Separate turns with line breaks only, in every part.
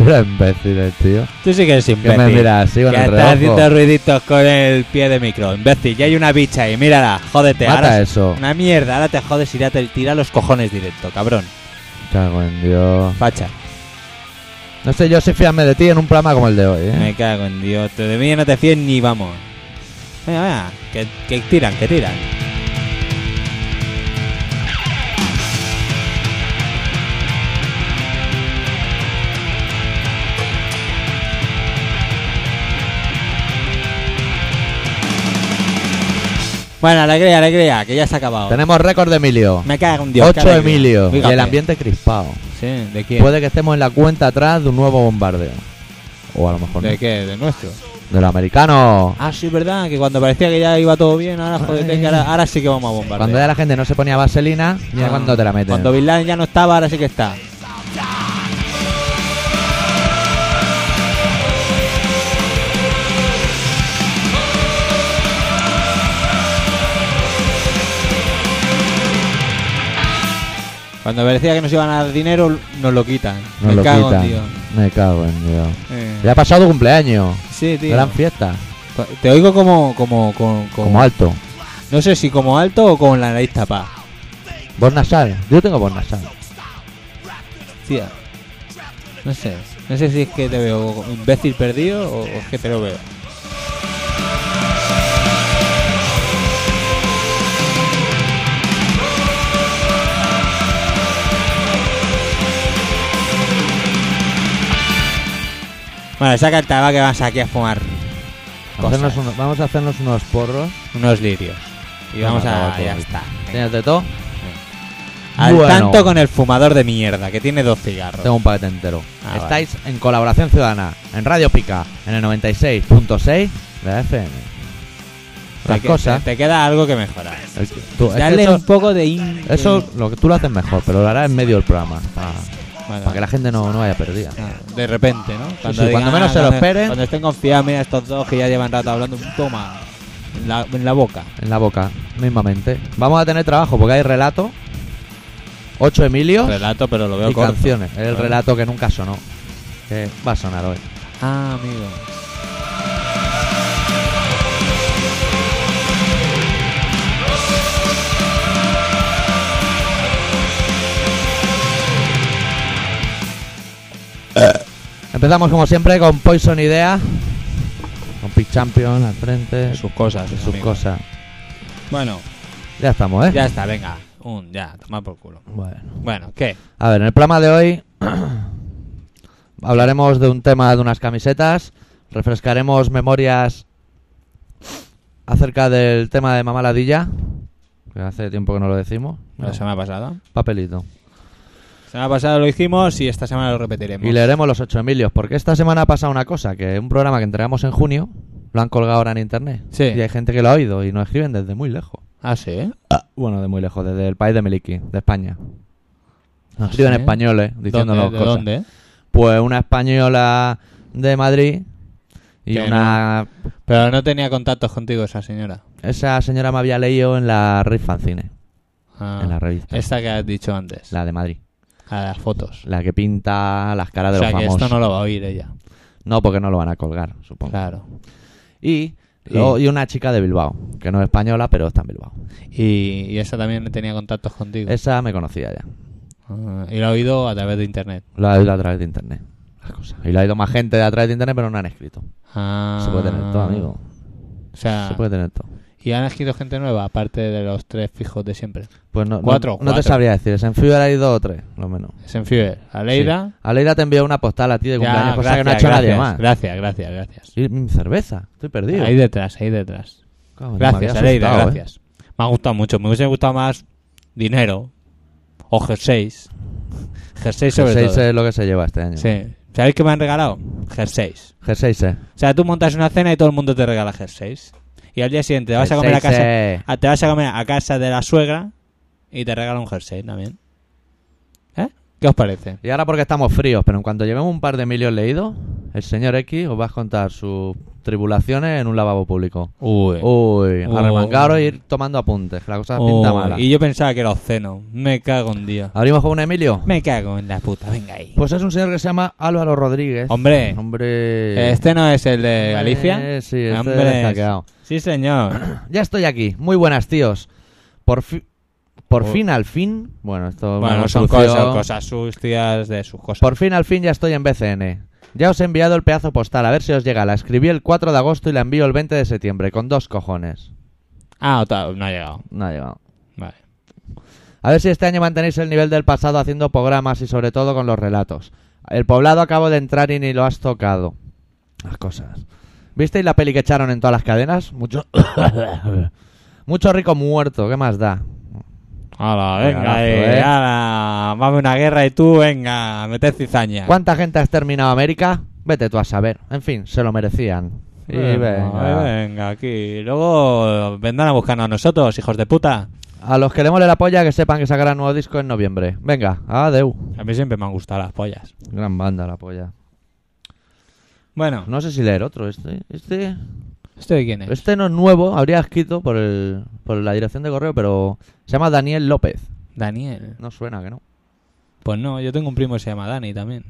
era imbécil el tío.
Tú sí que eres
Que me
imbécil.
mira así
Que
con el
estás haciendo
reloj.
ruiditos con el pie de micro. Imbécil, ya hay una bicha ahí, mírala, jódete.
Mata
ahora
eso.
Una mierda, ahora te jodes y ya te tira los cojones directo, cabrón.
Cago en Dios.
Facha.
No sé yo si fiarme de ti en un programa como el de hoy, ¿eh?
Me cago en Dios. Tú de mí no te fíes ni vamos. Venga, venga. Que, que tiran, que tiran. Bueno, alegría, alegría, que ya se ha acabado.
Tenemos récord de Emilio.
Me cago en Dios.
8
qué alegría.
Emilio. Y
Fíjate.
el ambiente crispado.
Sí, ¿de quién?
Puede que estemos en la cuenta atrás de un nuevo bombardeo. O a lo mejor no.
¿De qué? ¿De nuestro?
Del americano.
Ah, sí, verdad, que cuando parecía que ya iba todo bien, ahora jodete, que ahora, ahora sí que vamos a bombardear.
Cuando ya la gente no se ponía vaselina, mira
Ah,
cuando te la meten.
Cuando Bin Laden ya no estaba, ahora sí que está. Cuando parecía que nos iban a dar dinero, nos lo quitan.
Nos
Me
lo
cago,
quitan.
tío.
Me cago en Dios.
Eh,
Ya ha pasado tu cumpleaños.
Sí, tío.
Gran fiesta.
Te oigo como, como, como, como-
Como alto.
No sé si como alto o con la nariz tapada.
Voz nasal. Yo tengo voz nasal.
Tía, no sé. No sé si es que te veo como imbécil perdido o, o es que te lo veo. Bueno, saca el tabaco que vamos aquí a fumar
Vamos a, hacernos
Cosas.
uno- vamos a hacernos unos porros.
unos lirios. Y vamos
Venga,
a...
tabaco.
ya está.
¿Tienes de todo?
Al
Bueno.
tanto con el fumador de mierda, que tiene dos cigarros.
Tengo un paquete entero.
Ah,
Estáis en Colaboración Ciudadana, en Radio Pica, en el 96.6 de la FM. Las
te, que-
cosas.
te queda algo que mejorar.
el- tú- es que
Dale un
eso,
poco de... in-
eso lo que tú lo haces mejor, pero lo harás en medio del programa. Para,
Bueno,
que la gente no, no vaya perdida.
Ah, De repente, ¿no?
sí, cuando menos se lo
cuando-
esperen.
Cuando estén confiados, mira estos dos que ya llevan rato hablando, toma, en la, en la boca.
En la boca, mismamente. Vamos a tener trabajo porque hay relato, 8 Emilios
Relato, pero lo veo
y
corto.
canciones. El
Claro.
relato que nunca sonó. Que va a sonar hoy.
Ah, amigo.
Empezamos como siempre con Poison Idea. Con Pick Champion al frente.
Sus cosas,
sus
amigo.
cosas.
Bueno,
Ya estamos, ¿eh?
ya está, venga. Un, ya, toma por culo.
Bueno.
Bueno, ¿qué?
A ver, en el programa de hoy hablaremos de un tema de unas camisetas, refrescaremos memorias acerca del tema de Mamá Ladilla, que hace tiempo que no lo decimos.
La semana pasada.
Papelito.
La semana pasada lo hicimos y esta semana lo repetiremos.
Y leeremos los ocho Emilios, porque esta semana ha pasado una cosa, que un programa que entregamos en junio lo han colgado ahora en internet.
Sí.
Y hay gente que lo ha oído y nos escriben desde muy lejos.
Ah, sí.
Bueno, de muy lejos, desde el país de Meliki, de España. Nos escriben
Ah, sí?
españoles diciéndonos
¿Dónde? ¿De
eh, cosas.
dónde?
Pues una española de Madrid y
Que
una...
Pero no tenía contactos contigo esa señora.
Esa señora me había leído en la Riff Fancine,
Ah,
en la revista.
Esta que has dicho antes.
La de Madrid.
A las fotos.
La que pinta las caras
O
de
sea
los
que
famosos.
esto no lo va a oír ella.
No, porque no lo van a colgar, supongo.
Claro.
Y, luego- y una chica de Bilbao, que no es española, pero está en Bilbao.
Y, y esa también tenía contactos contigo.
Esa me conocía ya.
Ah, y la ha oído a través de internet.
La he oído a través de internet. Las cosas. Y la ha oído más gente de a través de internet, pero no han escrito.
Ah,
Se puede tener todo, amigo.
O sea,
Se puede tener todo.
y han escrito gente nueva, aparte de los tres fijos de siempre.
Pues no, no-
Cuatro,
no
cuatro.
te sabría decir. Es en Fiverr hay dos o tres, lo menos.
Senfier, Aleida.
Sí. Aleida te envió una postal a ti de
Ya,
cumpleaños, cosa que no ha hecho
gracias,
nadie
gracias,
más.
Gracias, gracias, gracias.
Y mi cerveza, estoy perdido.
Ahí detrás, ahí detrás.
Cago en Dios, Pues me
Gracias,
había
Aleida,
asustado, ¿eh?
gracias. Me ha gustado mucho. Me hubiese gustado más dinero o jerseys. Jerseys sobre
Jerseys
todo.
es lo que se lleva este año.
Sí. ¿Sabéis qué me han regalado? Jerseys.
Jerseys es.
O sea, tú montas una cena y todo el mundo te regala jerseys. Y al día siguiente te vas a comer a casa,
Jerseys, eh.
a- te vas a comer a casa de la suegra y te regala un jersey también. ¿Eh? ¿Qué os parece?
Y ahora porque estamos fríos, pero en cuanto llevemos un par de milios leídos, el señor X os va a contar sus tribulaciones en un lavabo público.
Uy.
Uy,
Oh.
arremangaros e ir tomando apuntes, que la cosa pinta
Oh,
mala.
y yo pensaba que era obsceno. Me cago en Dios.
¿Abrimos con un Emilio?
Me cago en la puta, venga ahí.
Pues es un señor que se llama Álvaro Rodríguez.
Hombre,
Hombre.
este no es el de Galicia.
Eh, sí, este
Hombre,
es hackeado.
Sí, señor.
Ya estoy aquí. Muy buenas, tíos. Por, fi- por
Oh.
fin, al fin. Bueno, esto me
bueno,
lo
son
surgió.
cosas, cosas sucias de sus cosas.
Por fin, al fin, ya estoy en BCN. Ya os he enviado el pedazo postal, a ver si os llega. La escribí el 4 de agosto y la envío el 20 de septiembre, con dos cojones.
Ah, otra- no ha llegado.
No ha llegado.
Vale.
A ver si este año mantenéis el nivel del pasado haciendo programas y sobre todo con los relatos. El poblado acabo de entrar y ni lo has tocado. Las cosas. ¿Visteis la peli que echaron en todas las cadenas? Mucho... Mucho rico muerto, ¿qué más da?
Hala, venga,
Regalazo,
ahí,
eh.
hala. Vamos a una guerra y tú, venga, meter cizaña.
¿Cuánta gente ha exterminado América? Vete tú a saber. En fin, se lo merecían. Y venga.
venga, aquí. Luego vendrán a buscarnos a nosotros, hijos de puta.
A los que le mole la polla que sepan que sacarán nuevo disco en noviembre. Venga, adeu.
A mí siempre me han gustado las pollas.
Gran banda la polla.
Bueno,
No sé si leer otro. Este, este,
¿este de quién es?
este no es nuevo, habría escrito por, el, por la dirección de correo, pero se llama Daniel López.
Daniel.
No suena que no.
Pues no, yo tengo un primo que se llama Dani también.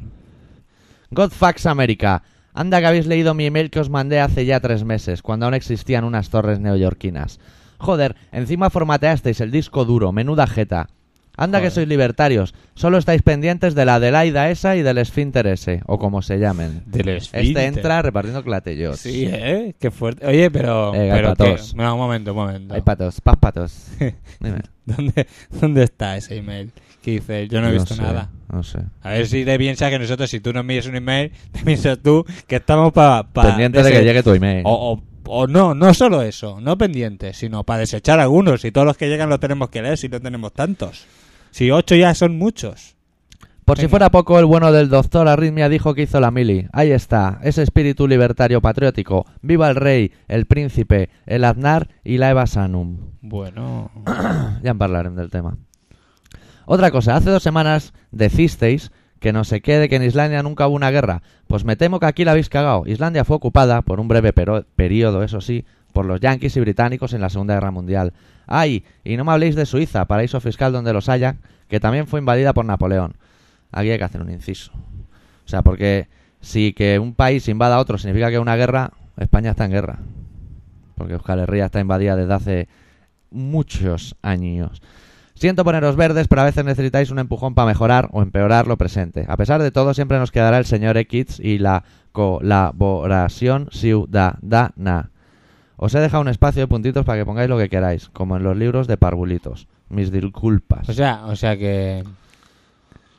Godfax América. Anda que habéis leído mi email que os mandé hace ya tres meses, cuando aún existían unas torres neoyorquinas. Joder, encima formateasteis el disco duro, menuda jeta. Anda
Joder.
que sois libertarios, solo estáis pendientes de la Adelaida esa y del esfínter ese, o como se llamen.
Del
Este entra repartiendo clatellos.
Sí, ¿eh? Qué fuerte. Oye, pero...
Eh,
pero
gatos.
qué- No, un momento, un momento.
Hay patos, paz patos. Dime.
¿Dónde, ¿Dónde está ese email que dice yo no he visto
sé,
nada?
No sé.
A ver si te piensas que nosotros, si tú nos envías un email, te piensas tú que estamos para...
Pendiente de que llegue tu email.
O, o- o no, no solo eso, no pendientes, sino para desechar algunos. Si todos los que llegan los tenemos que leer, si no tenemos tantos. Si ocho ya son muchos.
Por si
Venga.
fuera poco, el bueno del doctor Arritmia dijo que hizo la mili. Ahí está, ese espíritu libertario patriótico. Viva el rey, el príncipe, el Aznar y la Eva Sanum.
Bueno.
Ya en hablarem del tema. Otra cosa, hace dos semanas decisteis que no se quede que en Islandia nunca hubo una guerra. Pues me temo que aquí la habéis cagado. Islandia fue ocupada por un breve pero- periodo, eso sí, por los yanquis y británicos en la Segunda Guerra Mundial. ¡Ay! Y no me habléis de Suiza, paraíso fiscal donde los haya, que también fue invadida por Napoleón. Aquí hay que hacer un inciso. O sea, porque si que un país invada a otro significa que hay una guerra, España está en guerra. Porque Euskal Herria está invadida desde hace muchos años. Siento poneros verdes, pero a veces necesitáis un empujón para mejorar o empeorar lo presente. A pesar de todo, siempre nos quedará el señor X y la colaboración ciudadana. Os he dejado un espacio de puntitos para que pongáis lo que queráis, como en los libros de parvulitos. Mis disculpas.
O sea, o sea que...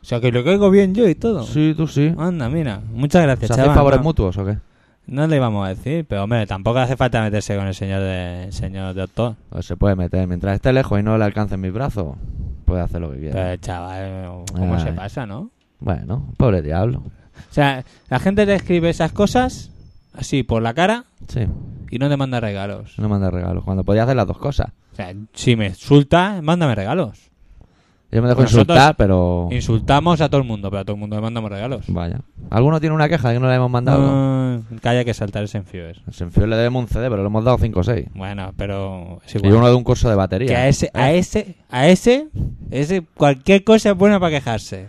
O sea que lo caigo bien yo y todo.
sí, tú sí.
Anda, mira. Muchas
¿Os
gracias,
hacéis
chaval.
favores
Ah, No-
mutuos o qué?
No le íbamos a decir, pero hombre, tampoco hace falta meterse con el señor de, el señor doctor.
Pues se puede meter. Mientras esté lejos y no le alcance mis brazos, puede hacer lo que quiera.
Pero chaval, ¿cómo
Ay.
se pasa, no?
Bueno, pobre diablo.
O sea, la gente te escribe esas cosas así por la cara
Sí,
y no te manda regalos.
no manda regalos. Cuando podía hacer las dos cosas.
O sea, si me insultas, mándame regalos.
Yo me dejo
Nosotros-
insultar, pero...
Insultamos a todo el mundo, pero a todo el mundo le mandamos regalos.
Vaya. ¿Alguno tiene una queja de que no le hemos mandado? algo?
Ay, calla que saltar es en fiebres.
A Senfío le debemos un CD, pero le hemos dado 5 o 6.
Bueno, pero es
Y
igual.
uno de un curso de batería. Eh,
Que a ese, a e- ese, a ese, ese, cualquier cosa es buena para quejarse.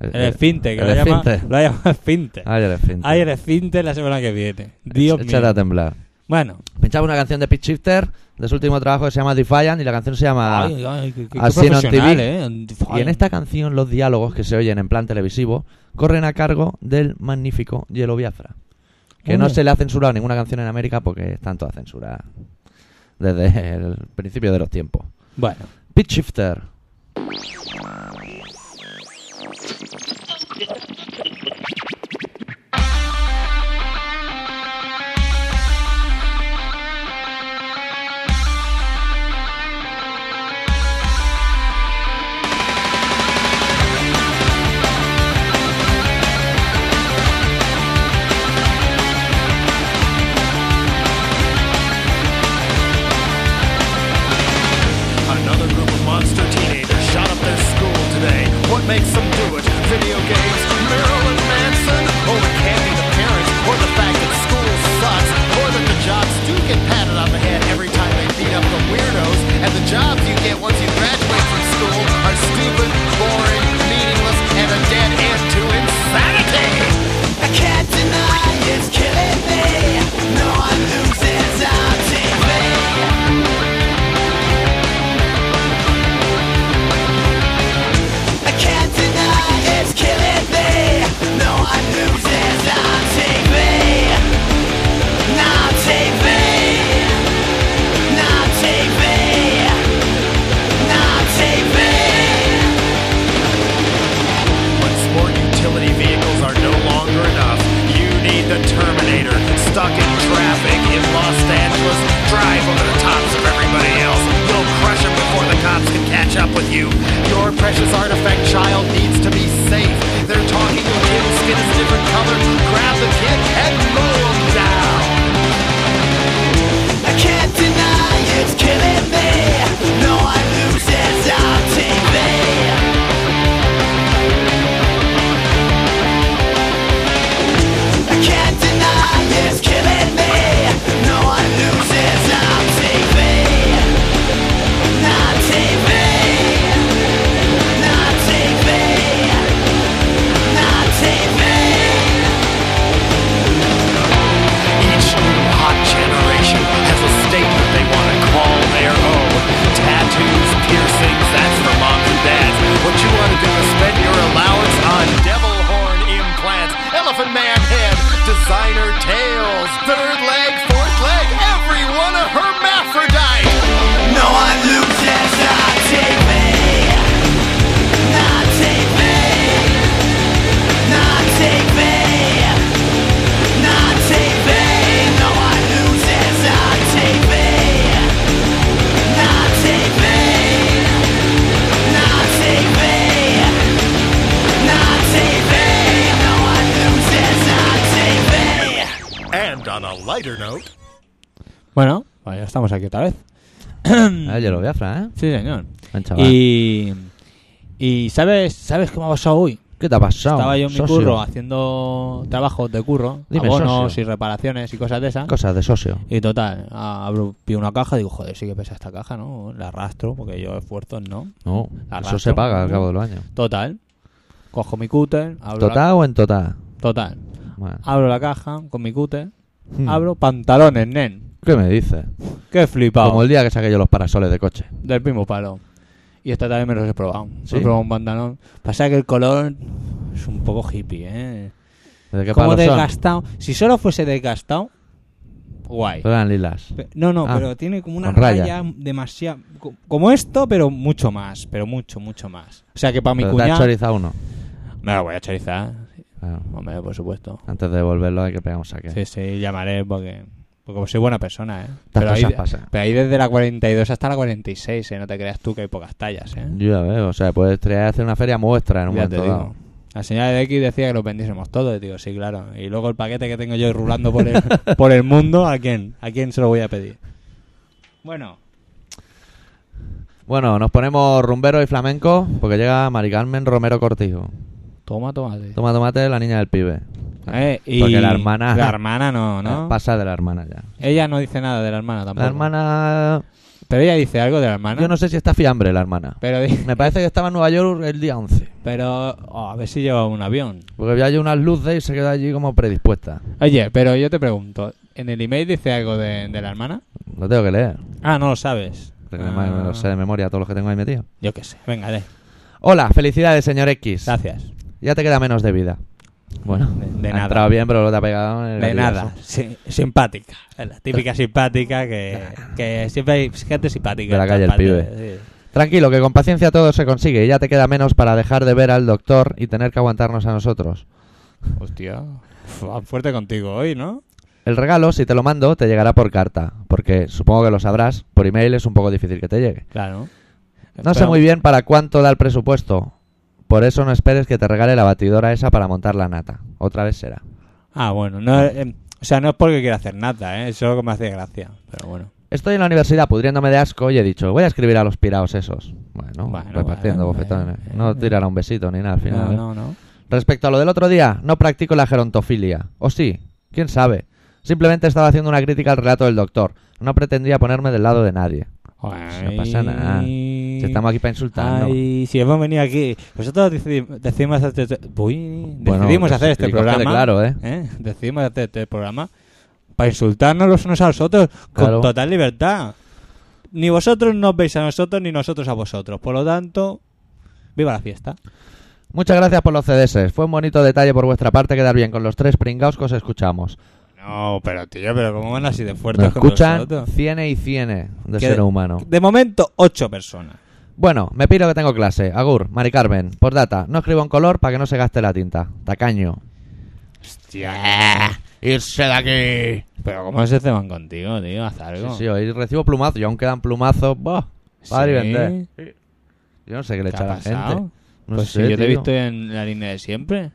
Eh,
El
eh,
esfinte, que
el
lo llama,
esfínter.
lo llama esfinte.
Ay, el esfinte.
Hay el esfinte la semana que viene. Dios
Échate
mío.
a temblar.
Bueno.
Pinchaba una canción de Pitch Shifter de su último trabajo que se llama Defiant y la canción se llama...
Ay, ay, qué- qué
Ah. así no
profesional,
te
¿eh?
Y en esta canción los diálogos que se oyen en plan televisivo corren a cargo del magnífico Yellow Biafra. Que no
Hombre.
se le ha censurado ninguna canción en América porque están todas censuradas desde el principio de los tiempos.
Bueno.
Pitch Shifter.
Another group of monster teenagers shot up their school today. What makes them do it? Atlantic in Los Angeles. Drive over the tops of everybody else. You'll crush them before the cops can catch up with you. Your precious artifact child needs to be safe. They're talking to kids, skin is different color. Grab the kid and roll him down.
I can't deny it's killing me. No one loses on TV. I can't deny it's killing me. No one loses on TV. Not TV. Not TV. Not TV.
Each new hot generation has a statement they want to call their own. Tattoos, piercings, that's for moms and dads. What you want to do is spend your allowance on devil horn implants, elephant man head, designer tails, third leg, fourth leg, everyone a hermaphrodite.
No one loses on TV. Not TV. Not TV. Not TV. No one loses on TV. Not TV. Not TV. Not TV. No one loses on TV.
And on a lighter note,
Bueno, pues ya estamos aquí otra vez.
Oye, lo Biafra, ¿eh?
Sí, señor.
Ven, chaval.
Mm. Y, y ¿sabes, ¿sabes qué me ha pasado hoy?
¿Qué te ha pasado?
Estaba yo en mi
socio?
curro ¿eh? haciendo trabajos de curro,
Dime,
abonos
socio.
y reparaciones y cosas de esas.
Cosas de socio.
Y total, a- abro, pido una caja y digo, joder, sí que pesa esta caja, ¿no? La arrastro, porque yo esfuerzos no.
No,
Arrastro.
eso se paga al cabo de los años.
Total, cojo mi cúter, abro la-
¿Total o en total?
total,
Bueno.
abro la caja con mi cúter,
Hmm.
abro pantalones, nen.
¿Qué me dices?
Qué flipado.
Como el día que saqué yo los parasoles de coche.
Del mismo palo. Y esta tarde me los he probado.
¿Sí?
He probado un pantalón. Pasa que el color es un poco hippie, ¿eh?
¿De qué
Como
palo son?
desgastado. Si solo fuese desgastado, guay.
Pero eran lilas.
Pe- No, no,
Ah,
pero tiene como una
con raya.
raya, demasiado... co- Como esto, pero mucho más. Pero mucho, mucho más. O sea que para mi
Pero te has
cuñado...
chorizado uno.
Me lo voy a chorizar.
Claro.
Hombre, por supuesto.
Antes de devolverlo hay que pegar un saque.
Sí, sí, llamaré porque... Porque soy buena persona, ¿eh?
Estas
ahí,
cosas pasan.
pero ahí desde la 42 hasta la 46, ¿eh? No te creas tú que hay pocas tallas, ¿eh?
Yo ya veo, o sea, puedes traer a hacer una feria muestra en un
Ya te
momento
digo.
dado.
La señora de X decía que los vendiésemos todos. Y digo, sí, claro. Y luego el paquete que tengo yo rulando por el, por el mundo, ¿a quién? ¿A quién se lo voy a pedir? Bueno,
Bueno, nos ponemos rumbero y flamenco porque llega Mari Carmen Romero Cortijo.
toma tomate.
Toma tomate, la niña del pibe.
Eh, y
Porque la hermana-
La hermana no, ¿no?
Pasa de la hermana ya.
Ella no dice nada de la hermana tampoco.
La hermana...
Pero ella dice algo de la hermana.
Yo no sé si está fiambre la hermana.
Pero, di-
Me parece que estaba en Nueva York el día 11.
pero oh, a ver si lleva un avión.
Porque había allí unas luces y se quedó allí como predispuesta.
Oye, pero yo te pregunto, ¿en el email dice algo de, de la hermana?
Lo tengo que leer.
Ah, no lo sabes.
Porque
Ah,
además me lo sé de memoria todos los que tengo ahí metido.
Yo qué sé. Venga, lee.
Hola, felicidades, señor X.
Gracias.
Ya te queda menos de vida. Bueno,
De- de
ha
nada.
entrado bien, pero lo te ha pegado en el
De
gatillazo.
nada, sí, simpática. Es La típica simpática que, que siempre hay gente simpática.
De la
en
calle
todas
el
partes, sí.
Tranquilo, que con paciencia todo se consigue y ya te queda menos para dejar de ver al doctor y tener que aguantarnos a nosotros.
Hostia, fu- fuerte contigo hoy, ¿no?
El regalo, si te lo mando, te llegará por carta, porque supongo que lo sabrás, por email es un poco difícil que te llegue.
Claro.
No sé muy bien para cuánto da el presupuesto, por eso no esperes que te regale la batidora esa para montar la nata. Otra vez será.
Ah, bueno. No, eh, o sea, no es porque quiera hacer nada, ¿eh? es solo que me hace gracia. Pero bueno.
Estoy en la universidad pudriéndome de asco y he dicho, voy a escribir a los piraos esos. Bueno,
Bueno,
repartiendo
bueno,
bofetones.
bueno,
no
bueno.
tirará un besito ni nada al final. ¿eh?
no, no, no.
Respecto a lo del otro día, no practico la gerontofilia. ¿O sí? ¿Quién sabe? Simplemente estaba haciendo una crítica al relato del doctor. No pretendía ponerme del lado de nadie. Si Pues no pasa nada.
Ay.
Si estamos aquí para insultarnos.
Ay, si hemos venido aquí. Vosotros decidi- decidimos hacer, este, uy,
Bueno,
decidimos
que
hacer
se-
este
que quede
programa.
claro, ¿eh?
Decidimos hacer este programa para insultarnos los unos a los otros con
Claro.
total libertad. Ni vosotros nos veis a nosotros, ni nosotros a vosotros. Por lo tanto, viva la fiesta.
Muchas gracias por los CDS. Fue un bonito detalle por vuestra parte quedar bien con los tres pringaos que os escuchamos.
No, pero tío, pero ¿cómo van así de
Nos
fuertes con
escuchan
nosotros?
ciene y ciene de
Que
ser humano.
De momento, ocho personas.
Bueno, me pido que tengo clase. Agur, Mari Carmen, por data, no escribo en color para que no se gaste la tinta. Tacaño.
Hostia.
¡Irse de aquí!
Pero ¿cómo se ceban contigo, tío? Haz
Sí,
algo.
sí, hoy recibo plumazos y aún quedan plumazos. ¡Bah! Padre
Sí.
y vender. Yo no sé qué le
¿Qué
echa a
ha
la gente.
pasado?
No
pues
sé,
si yo te he
tío.
visto en la línea de siempre.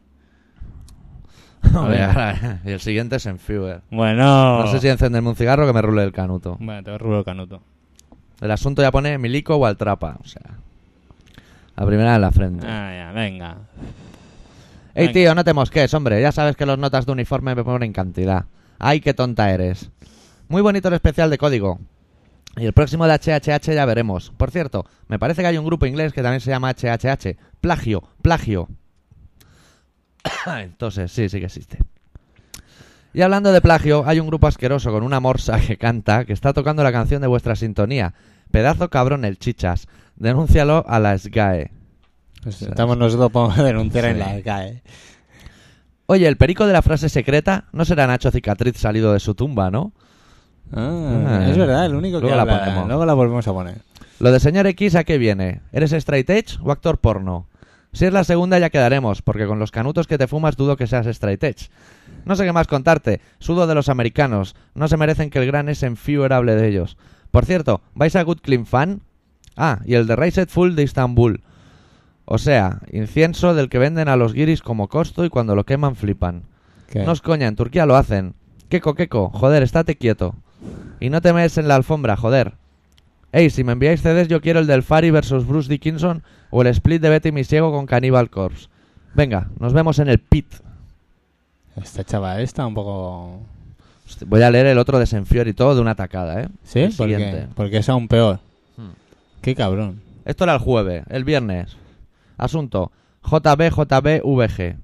Hombre,
A ver.
ahora- y el siguiente es en Fever.
Bueno.
No sé si encenderme un cigarro o que me rule el canuto.
Bueno, te voy a rubar el canuto.
El asunto ya pone milico o altrapa. O sea, la primera en la frente.
Ah, ya, venga.
Ey,
venga.
tío, no te mosques, hombre. Ya sabes que los notas de uniforme me ponen cantidad. Ay, qué tonta eres. Muy bonito el especial de código. Y el próximo de HHH ya veremos. Por cierto, me parece que hay un grupo inglés que también se llama HHH. Plagio, plagio. Entonces, sí, sí que existe. Y hablando de plagio, hay un grupo asqueroso con una morsa que canta, que está tocando la canción de vuestra sintonía. Pedazo cabrón el chichas. Denúncialo a E. la SGAE.
Pues Estamos nosotros para denunciar en la eh.
Sí.
calle.
Oye, el perico de la frase secreta no será Nacho Cicatriz salido de su tumba, ¿no?
Ah,
Ah.
es verdad, el único que
Luego la
habla.
ponemos.
Luego la volvemos a poner.
Lo de señor X, ¿a qué viene? ¿Eres straight edge o actor porno? Si es la segunda ya quedaremos, porque con los canutos que te fumas dudo que seas straight edge. No sé qué más contarte, sudo de los americanos, no se merecen que el gran es hable de ellos. Por cierto, ¿vais a Good Clean Fan? Ah, y el de Raised Full de Istanbul. O sea, incienso del que venden a los guiris como costo y cuando lo queman flipan.
¿Qué?
No es coña, en Turquía lo hacen. Queco, queco, joder, estate quieto. Y no te mees en la alfombra, joder. Ey, si me enviáis CDs yo quiero el del Fari versus Bruce Dickinson o el split de Betty mi ciego con Cannibal Corpse. Venga, nos vemos en el pit.
Este chaval está un poco.
Hostia, Voy a leer el otro desenfior y todo de una tacada, ¿eh?
¿Sí?
El
¿Por qué?
siguiente.
Porque es aún peor.
Hmm.
Qué cabrón.
Esto era el jueves, el viernes. Asunto, JBJBVG.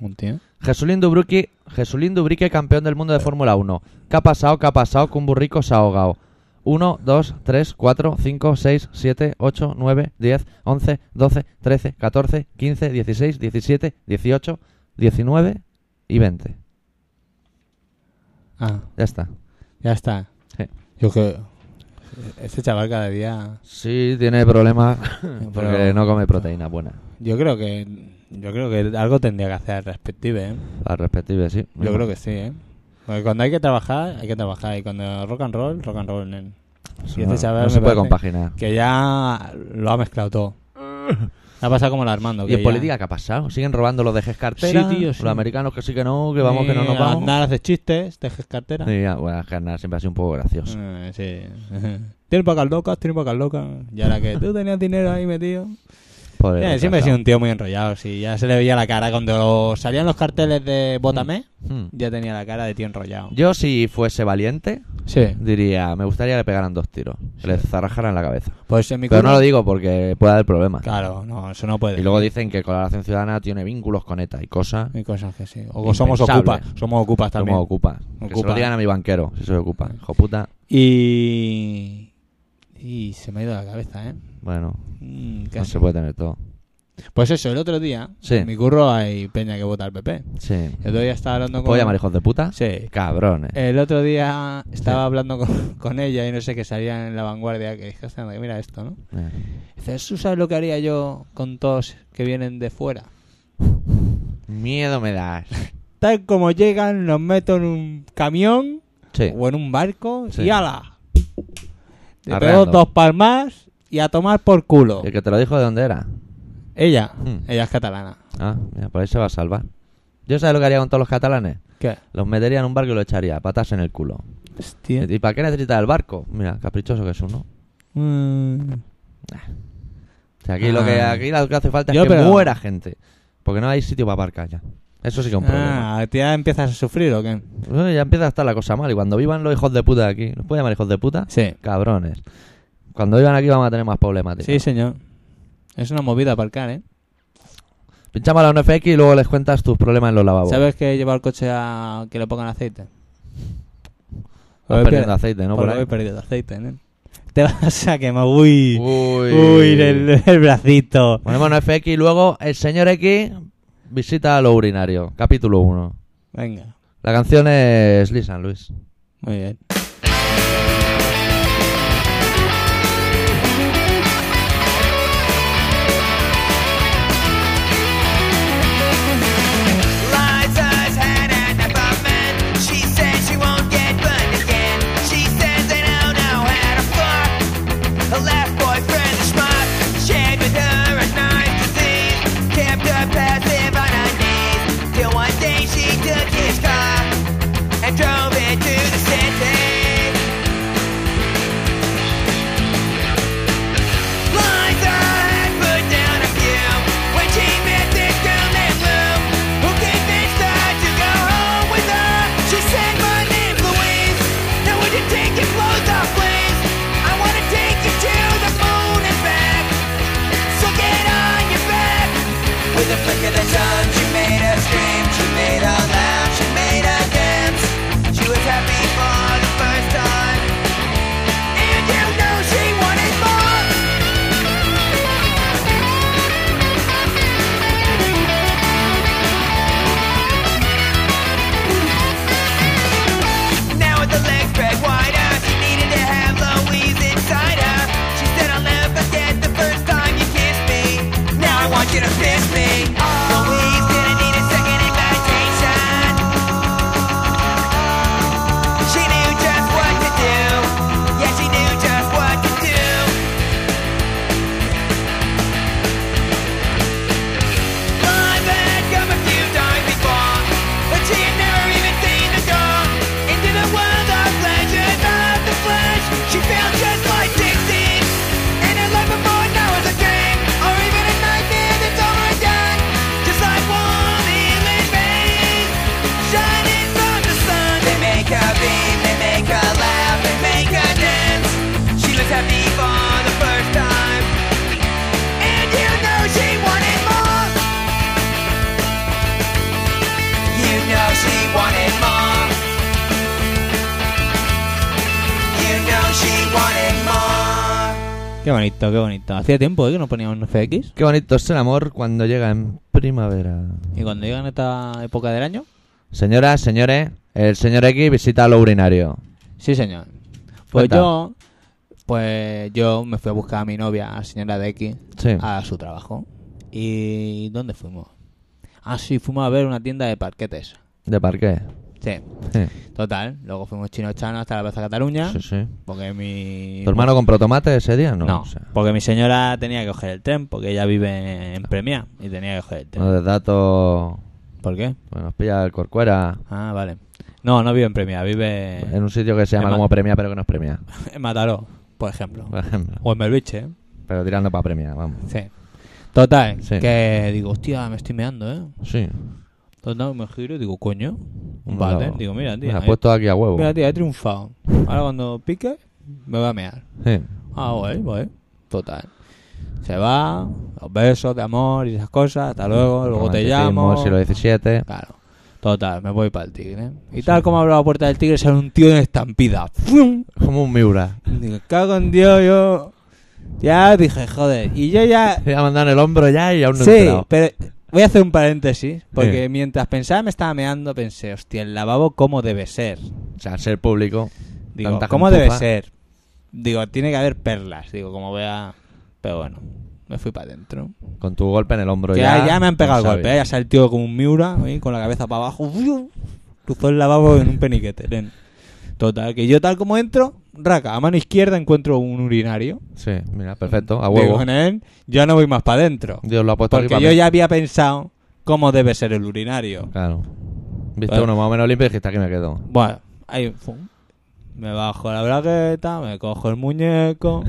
Un tío.
Jesulín Dubrique, Jesulín Dubrique, campeón del mundo de Fórmula 1. ¿Qué ha pasado? ¿Qué ha pasado? Que un burrico se ha ahogado. 1, 2, 3, 4, 5, 6, 7, 8, 9, 10, 11, 12, 13, 14, 15, 16, 17, 18, 19 y 20.
Ah,
Ya está.
ya está.
Sí.
Yo que. Este chaval cada día.
Sí, tiene problemas porque
Pero-
no come proteína buena.
Yo creo que. Yo creo que algo tendría que hacer al respecto, ¿eh?
Al respectivo, sí.
Yo creo que sí, ¿eh? Porque cuando hay que trabajar, hay que trabajar. Y cuando rock and roll, rock and roll, nen.
No,
Y este chaval
no
me
se puede
parece
compaginar.
Que ya lo ha mezclado todo. Ha pasado como el Armando.
¿Y
que
en
ya-
política qué ha pasado? ¿Siguen robando los dejes cartera?
Sí, tío, sí.
Los americanos que sí que no, que vamos, que no
Eh,
nos vamos.
Aznar hace chistes, tejes cartera.
Sí, ya, bueno, es que Aznar siempre ha sido un poco gracioso.
Eh, sí. tiene pocas locas, tiene pocas locas. Y ahora que tú tenías dinero ahí metido.
Pobre
Eh,
retrasado.
siempre ha sido un tío muy enrollado. Sí, ya se le veía la cara. Cuando salían los carteles de Bótame,
Hmm.
ya tenía la cara de tío enrollado.
Yo, si fuese valiente,
Sí.
diría: Me gustaría que le pegaran dos tiros, que le zarajaran la cabeza.
Pues en mi
Pero
curro-
no lo digo porque puede haber problemas.
Claro, no, eso no puede.
Y luego dicen que Colaboración Ciudadana tiene vínculos con ETA y cosas
Hay cosas que sí. O somos
Impensable.
ocupas. Somos ocupas
que
también.
me ocupa. Que se
Ocupa.
lo digan a mi banquero, si se lo ocupa. Hijo puta.
y. Y se me ha ido la cabeza, ¿eh?
Bueno,
Mm,
no
casi.
se puede tener todo.
Pues eso, el otro día,
Sí.
en mi curro hay peña que vota al PP.
Sí.
El otro día estaba hablando con.
¿Puedo llamar hijos de puta?
Sí.
Cabrones.
El otro día estaba
Sí.
hablando con, con ella y no sé qué salía en la vanguardia que dije, "Hostia, mira esto, ¿no?
Eh.
Dice, ¿tú sabes lo que haría yo con todos que vienen de fuera?
Miedo me das.
Tal como llegan, los meto en un camión
Sí.
o en un barco
Sí.
y ala. Le
Arreando.
pego dos palmas y a tomar por culo.
El que te lo dijo de dónde era.
Ella,
Hmm.
ella es catalana.
Ah, mira, por ahí se va a salvar. ¿Yo sabes lo que haría con todos los catalanes?
¿Qué?
Los metería en un barco y lo echaría, patas en el culo.
Hostia.
¿Y para qué necesita el barco? Mira, caprichoso que es uno.
Mm.
O sea, aquí lo que
Ah.
aquí lo que hace falta
Yo,
es que
pero-
muera gente. Porque no hay sitio para aparcar ya. Eso sí que es un problema.
Ah, ¿tú ya empiezas a sufrir o qué?
Uy, ya empieza a estar la cosa mal. Y cuando vivan los hijos de puta de aquí, ¿nos puede llamar hijos de puta?
Sí.
Cabrones. Cuando vivan aquí vamos a tener más problemáticas.
Sí, señor. Es una movida aparcar,
Ah,
¿eh?
Pinchamos a la FX y luego les cuentas tus problemas en los lavabos.
¿Sabes que llevar el coche a que le pongan aceite? Pues
Vas
Voy
perdiendo
per-
Ah, aceite, ¿no?
Porque
Por ahí.
voy perdiendo aceite, ¿no? Te vas a quemar. Uy.
Uy.
Uy, el, el bracito.
Ponemos una FX y luego el señor X visita a lo urinario. Capítulo 1.
Venga.
La canción es Lisan Luis.
Muy bien.
Liza's head and above she wanted more.
Qué bonito, qué bonito. Hacía tiempo ¿eh? que no poníamos FX.
Qué bonito es el amor cuando llega en primavera.
Y cuando llegan esta época del año.
Señoras, señores, el señor X visita lo urinario.
Sí, señor. Pues
Cuenta.
yo. Pues yo me fui a buscar a mi novia, a la señora de X,
Sí.
a su trabajo. ¿Y dónde fuimos? Ah, sí, fuimos a ver una tienda de parquetes.
¿De parqué?
Sí,
Sí,
total. Luego fuimos chino chano hasta la Plaza Cataluña.
sí. sí.
Porque mi.
¿Tu hermano compró tomate ese día? No.
No,
o sea,
porque mi señora tenía que coger el tren, porque ella vive en Premia y tenía que coger el tren.
no de datos.
¿Por qué?
Bueno, nos pilla el Corcuera.
Ah, vale. No, no vive en Premia, vive
En un sitio que se llama
Emma-
como Premia, pero que no es Premia.
en Mataró, por ejemplo.
Por ejemplo.
O en Melviche, ¿eh?
Pero tirando para Premia, vamos.
Sí. Total,
Sí.
que digo, hostia, me estoy meando, ¿eh?
Sí.
Total, me giro y digo, coño, un
Mira,
váter. Digo, mira,
Me
tío,
ha puesto aquí a huevo.
mira, tío, he triunfado. Ahora cuando pique, me voy a mear.
Sí.
Ah, voy, voy. Total. Se va, los besos de amor y esas cosas, hasta luego, luego te
Romanticismo,
llamo.
Siglo XVII.
Claro. Total, me voy para el tigre. Y tal como abro la puerta del tigre, sale un tío de estampida. ¡Fum!
Como un Miura.
Digo, cago en Dios, yo. Ya dije, joder. Y yo ya.
Le ha mandado en el hombro ya y aún no he
Sí,
entrado.
pero voy a hacer un paréntesis. Porque
Sí.
mientras pensaba, me estaba meando, pensé, hostia, el lavabo, ¿cómo debe ser?
O sea, ser público.
Digo,
Tanta
¿cómo
gentuza.
debe ser? Digo, tiene que haber perlas. Digo, como vea. Pero bueno, me fui para adentro.
Con tu golpe en el hombro
Que
ya.
ya, ya me han pegado
no
el golpe, ¿eh?
sabía.
ya sale el tío como un Miura, ahí, con la cabeza para abajo, ¡fiu! cruzó el lavabo en un peniquete. nen. Total, que yo tal como entro, raca, a mano izquierda encuentro un urinario.
Sí, mira, perfecto. A huevo.
Digo, nen, ya no voy más para adentro.
Dios lo ha puesto
Porque
aquí
yo
para mí.
ya había pensado cómo debe ser el urinario.
Claro. Viste
Vale.
uno más o menos limpio y dijiste aquí me quedo.
Bueno, ahí, fum. me bajo la bragueta, me cojo el muñeco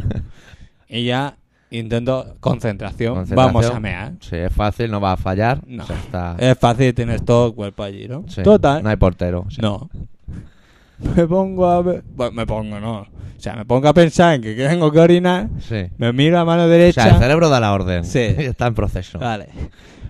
y ya intento concentración.
Concentración.
Vamos a mear.
Sí, es fácil, no va a fallar.
No.
O sea, está...
Es fácil, tienes todo el cuerpo allí, ¿no?
sí,
Total.
No hay portero. sí.
No. Me pongo a ver. Bueno, me pongo, no. O sea, me pongo a pensar en que tengo que orinar.
Sí.
Me miro a
O
mano
sea, el
derecha.
cerebro da la orden.
Sí.
está en proceso.
vale.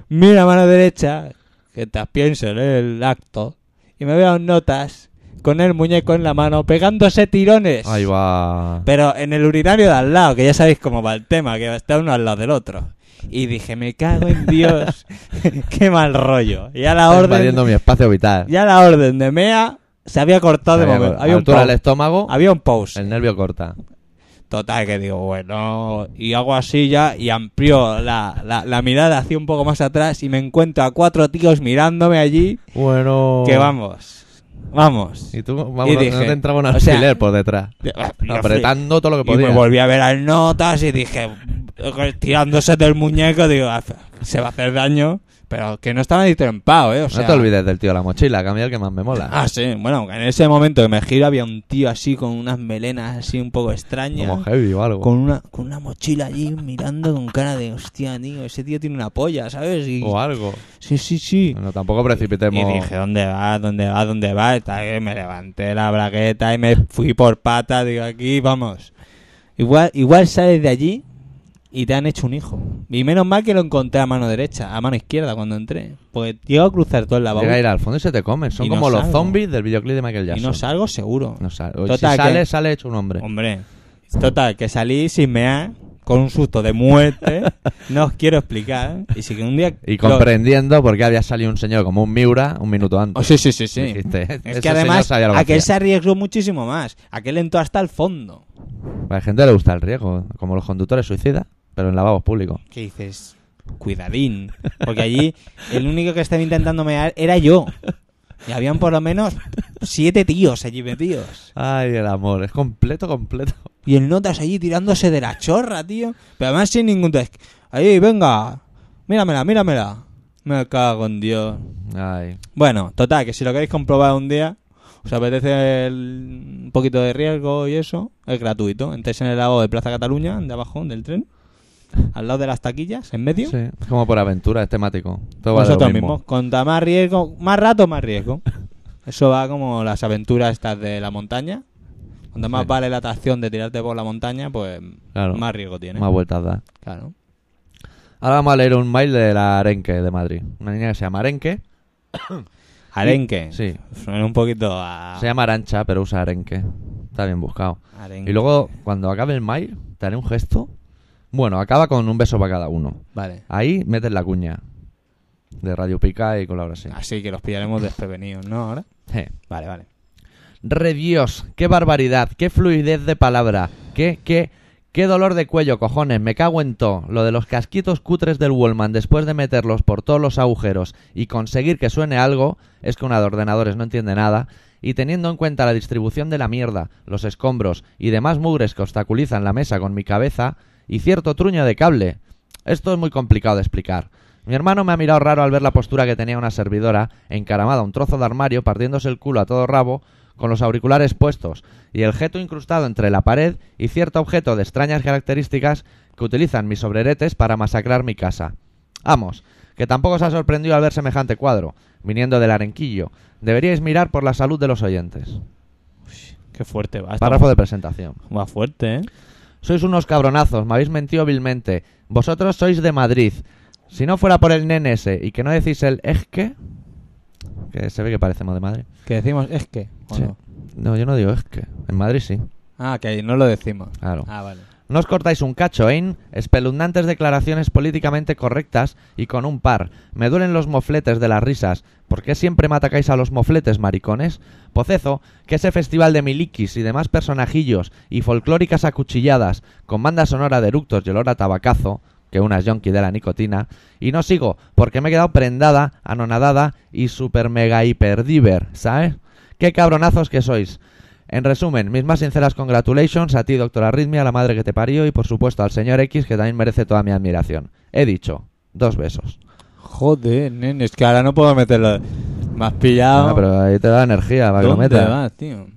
Miro a mano derecha. Que te pienso en el acto. Y me veo notas con el muñeco en la mano pegándose tirones.
Ahí va.
Pero en el urinario de al lado, que ya sabéis cómo va el tema, que está uno al lado del otro. Y dije, me cago en Dios. Qué mal rollo. Y a la
Está
orden.
invadiendo mi espacio vital.
Ya la orden de Mea se había cortado de
Había-
momento. Había un,
altura del
pau-
estómago,
había un pause.
el nervio corta.
Total, que digo, bueno, y hago así ya y amplió la, la- la mirada hacia un poco más atrás y me encuentro a cuatro tíos mirándome allí.
Bueno.
Que vamos, vamos.
Oh. Y tú, vamos,
Y
no-
dije,
no te entraba un
o sea,
alfiler por detrás.
Mira,
apretando todo lo que
Y me
podía.
volví a ver las notas y dije, tirándose del muñeco, digo, "Ah, se va a hacer daño, pero que no estaba ni trempado, ¿eh? O sea,
no te olvides del tío de la mochila, que a mí es el que más me mola.
Ah, sí, bueno, en ese momento que me giro había un tío así con unas melenas así un poco extrañas.
Como heavy o algo.
Con una, con una mochila allí mirando con cara de hostia, tío, ese tío tiene una polla, ¿sabes? Y-
O algo.
sí, sí, sí.
No, tampoco
Y
precipitemos.
dije, ¿dónde va? ¿Dónde va? ¿Dónde va? Hasta que me levanté la bragueta y me fui por pata, digo, aquí vamos. Igual, igual sales de allí y te han hecho un hijo. Y menos mal que lo encontré a mano derecha, a mano izquierda cuando entré. Pues llego a cruzar todo el lavabo
Llega a ir al fondo y se te come. Son
Y no
como los
salgo.
zombies del videoclip de Michael
y
Jackson.
no salgo seguro.
No sale. Si
Total, que-
sale, sale hecho un hombre.
Hombre, total, que salí sin mear, con un susto de muerte, no os quiero explicar. Y si que un día...
Y comprendiendo por qué había salido un señor como un Miura un minuto antes.
Oh, sí, sí, sí, sí.
Dijiste,
Es
"Ese
que
señor
además
sabía lo que
aquel se
hacía".
arriesgó muchísimo más. Aquel entró hasta el fondo.
A la gente le gusta el riesgo, como los conductores suicidas, pero en lavabos públicos.
Que dices, cuidadín. Porque allí el único que estaba intentando mear era yo. Y habían por lo menos siete tíos allí metidos.
Ay, el amor, es completo, completo.
Y el Notas allí tirándose de la chorra, tío. Pero además sin ningún... des- Ahí, venga. Míramela, míramela. Me cago en Dios.
Ay,
Bueno, total, que si lo queréis comprobar un día, os apetece el- un poquito de riesgo y eso, es gratuito. Entréis en el lado de Plaza Cataluña, de abajo del tren, al lado de las taquillas, en medio.
sí, es como por aventura, es temático. Todo va de lo
Nosotros
mismo.
mismos, contra más riesgo, más rato, más riesgo. Eso va como las aventuras estas de la montaña. Cuanto más
Sí.
vale la atracción de tirarte por la montaña, pues
Claro.
más riesgo tiene.
Más vueltas da.
Claro.
Ahora vamos a leer un mail de la Arenque de Madrid. Una niña que se llama Arenque.
Arenque.
Sí.
Suena un poquito a... Ah.
Se llama Arancha, pero usa Arenque. Está bien buscado.
Arenga.
Y luego, cuando acabe el mail, te haré un gesto. Bueno, acaba con un beso para cada uno.
Vale.
Ahí metes la cuña de Radio Pica y colaboración.
Así que los pillaremos desprevenidos, ¿no? Ahora.
Eh.
Vale, vale.
Re Dios, qué barbaridad, qué fluidez de palabra, qué, qué, qué dolor de cuello, cojones, me cago en todo. Lo de los casquitos cutres del Wallman después de meterlos por todos los agujeros y conseguir que suene algo, es que una de ordenadores no entiende nada, y teniendo en cuenta la distribución de la mierda, los escombros y demás mugres que obstaculizan la mesa con mi cabeza, y cierto truño de cable. Esto es muy complicado de explicar. Mi hermano me ha mirado raro al ver la postura que tenía una servidora, encaramada a un trozo de armario, partiéndose el culo a todo rabo, con los auriculares puestos, y el jeto incrustado entre la pared y cierto objeto de extrañas características que utilizan mis sobreretes para masacrar mi casa. Vamos, que tampoco se ha sorprendido al ver semejante cuadro, viniendo del arenquillo. Deberíais mirar por la salud de los oyentes.
Qué fuerte va. esta
Párrafo de presentación.
mu- Va fuerte, ¿eh?
Sois unos cabronazos, me habéis mentido vilmente. Vosotros sois de Madrid. Si no fuera por el nene ese y que no decís el es que... Que se ve que parecemos de Madrid.
Que decimos es que. ¿o
Sí.
no?
No, yo no digo es que. En Madrid sí.
Ah, que ahí no lo decimos.
Claro.
Ah, vale.
No os cortáis un cacho, ¿eh? Espeluznantes declaraciones políticamente correctas y con un par. Me duelen los mofletes de las risas. ¿Por qué siempre me atacáis a los mofletes, maricones? Pocezo, que ese festival de miliquis y demás personajillos y folclóricas acuchilladas con banda sonora de eructos y olor a tabacazo, que una es yonki de la nicotina, y no sigo porque me he quedado prendada, anonadada y super mega hiper diver, ¿sabes? ¡Qué cabronazos que sois! En resumen, mis más sinceras congratulations a ti, doctor Arritmia, a la madre que te parió y por supuesto al señor X, que también merece toda mi admiración. He dicho, dos besos.
Joder, nene, es que ahora no puedo meterlo. Me has pillado.
Ah, pero ahí te da energía para que lo
¿Dónde
metas.
vas, tío?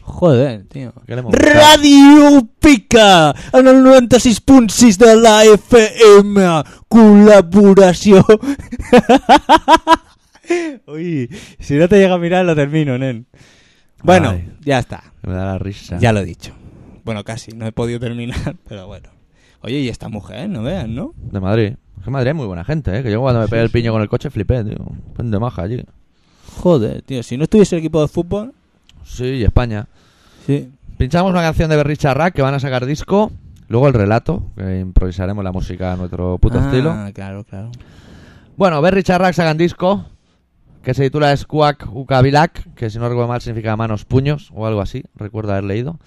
Joder, tío.
¿Qué le hemos buscado?
Radio Pica, en el 96.6 de la FM, colaboración. Uy, si no te llega a mirar lo termino, nen. Bueno,
Ay.
ya está,
Me da la risa.
ya lo he dicho. Bueno, casi, no he podido terminar, pero bueno. Oye, y esta mujer, no veas, ¿no?
De Madrid. Es que Madrid es muy buena gente, ¿eh? Que yo cuando me pegué el piño con el coche flipé, tío. Gente maja allí.
Joder, tío, si no estuviese el equipo de fútbol,
Sí, y España.
sí.
Pinchamos una canción de Berricha Rack que van a sacar disco. Luego el relato, que improvisaremos la música a nuestro puto estilo.
Ah, claro, claro.
Bueno, Berry Charrac sacan disco que se titula Squack Ukabilak, que si no recuerdo mal significa manos puños o algo así, recuerdo haber leído.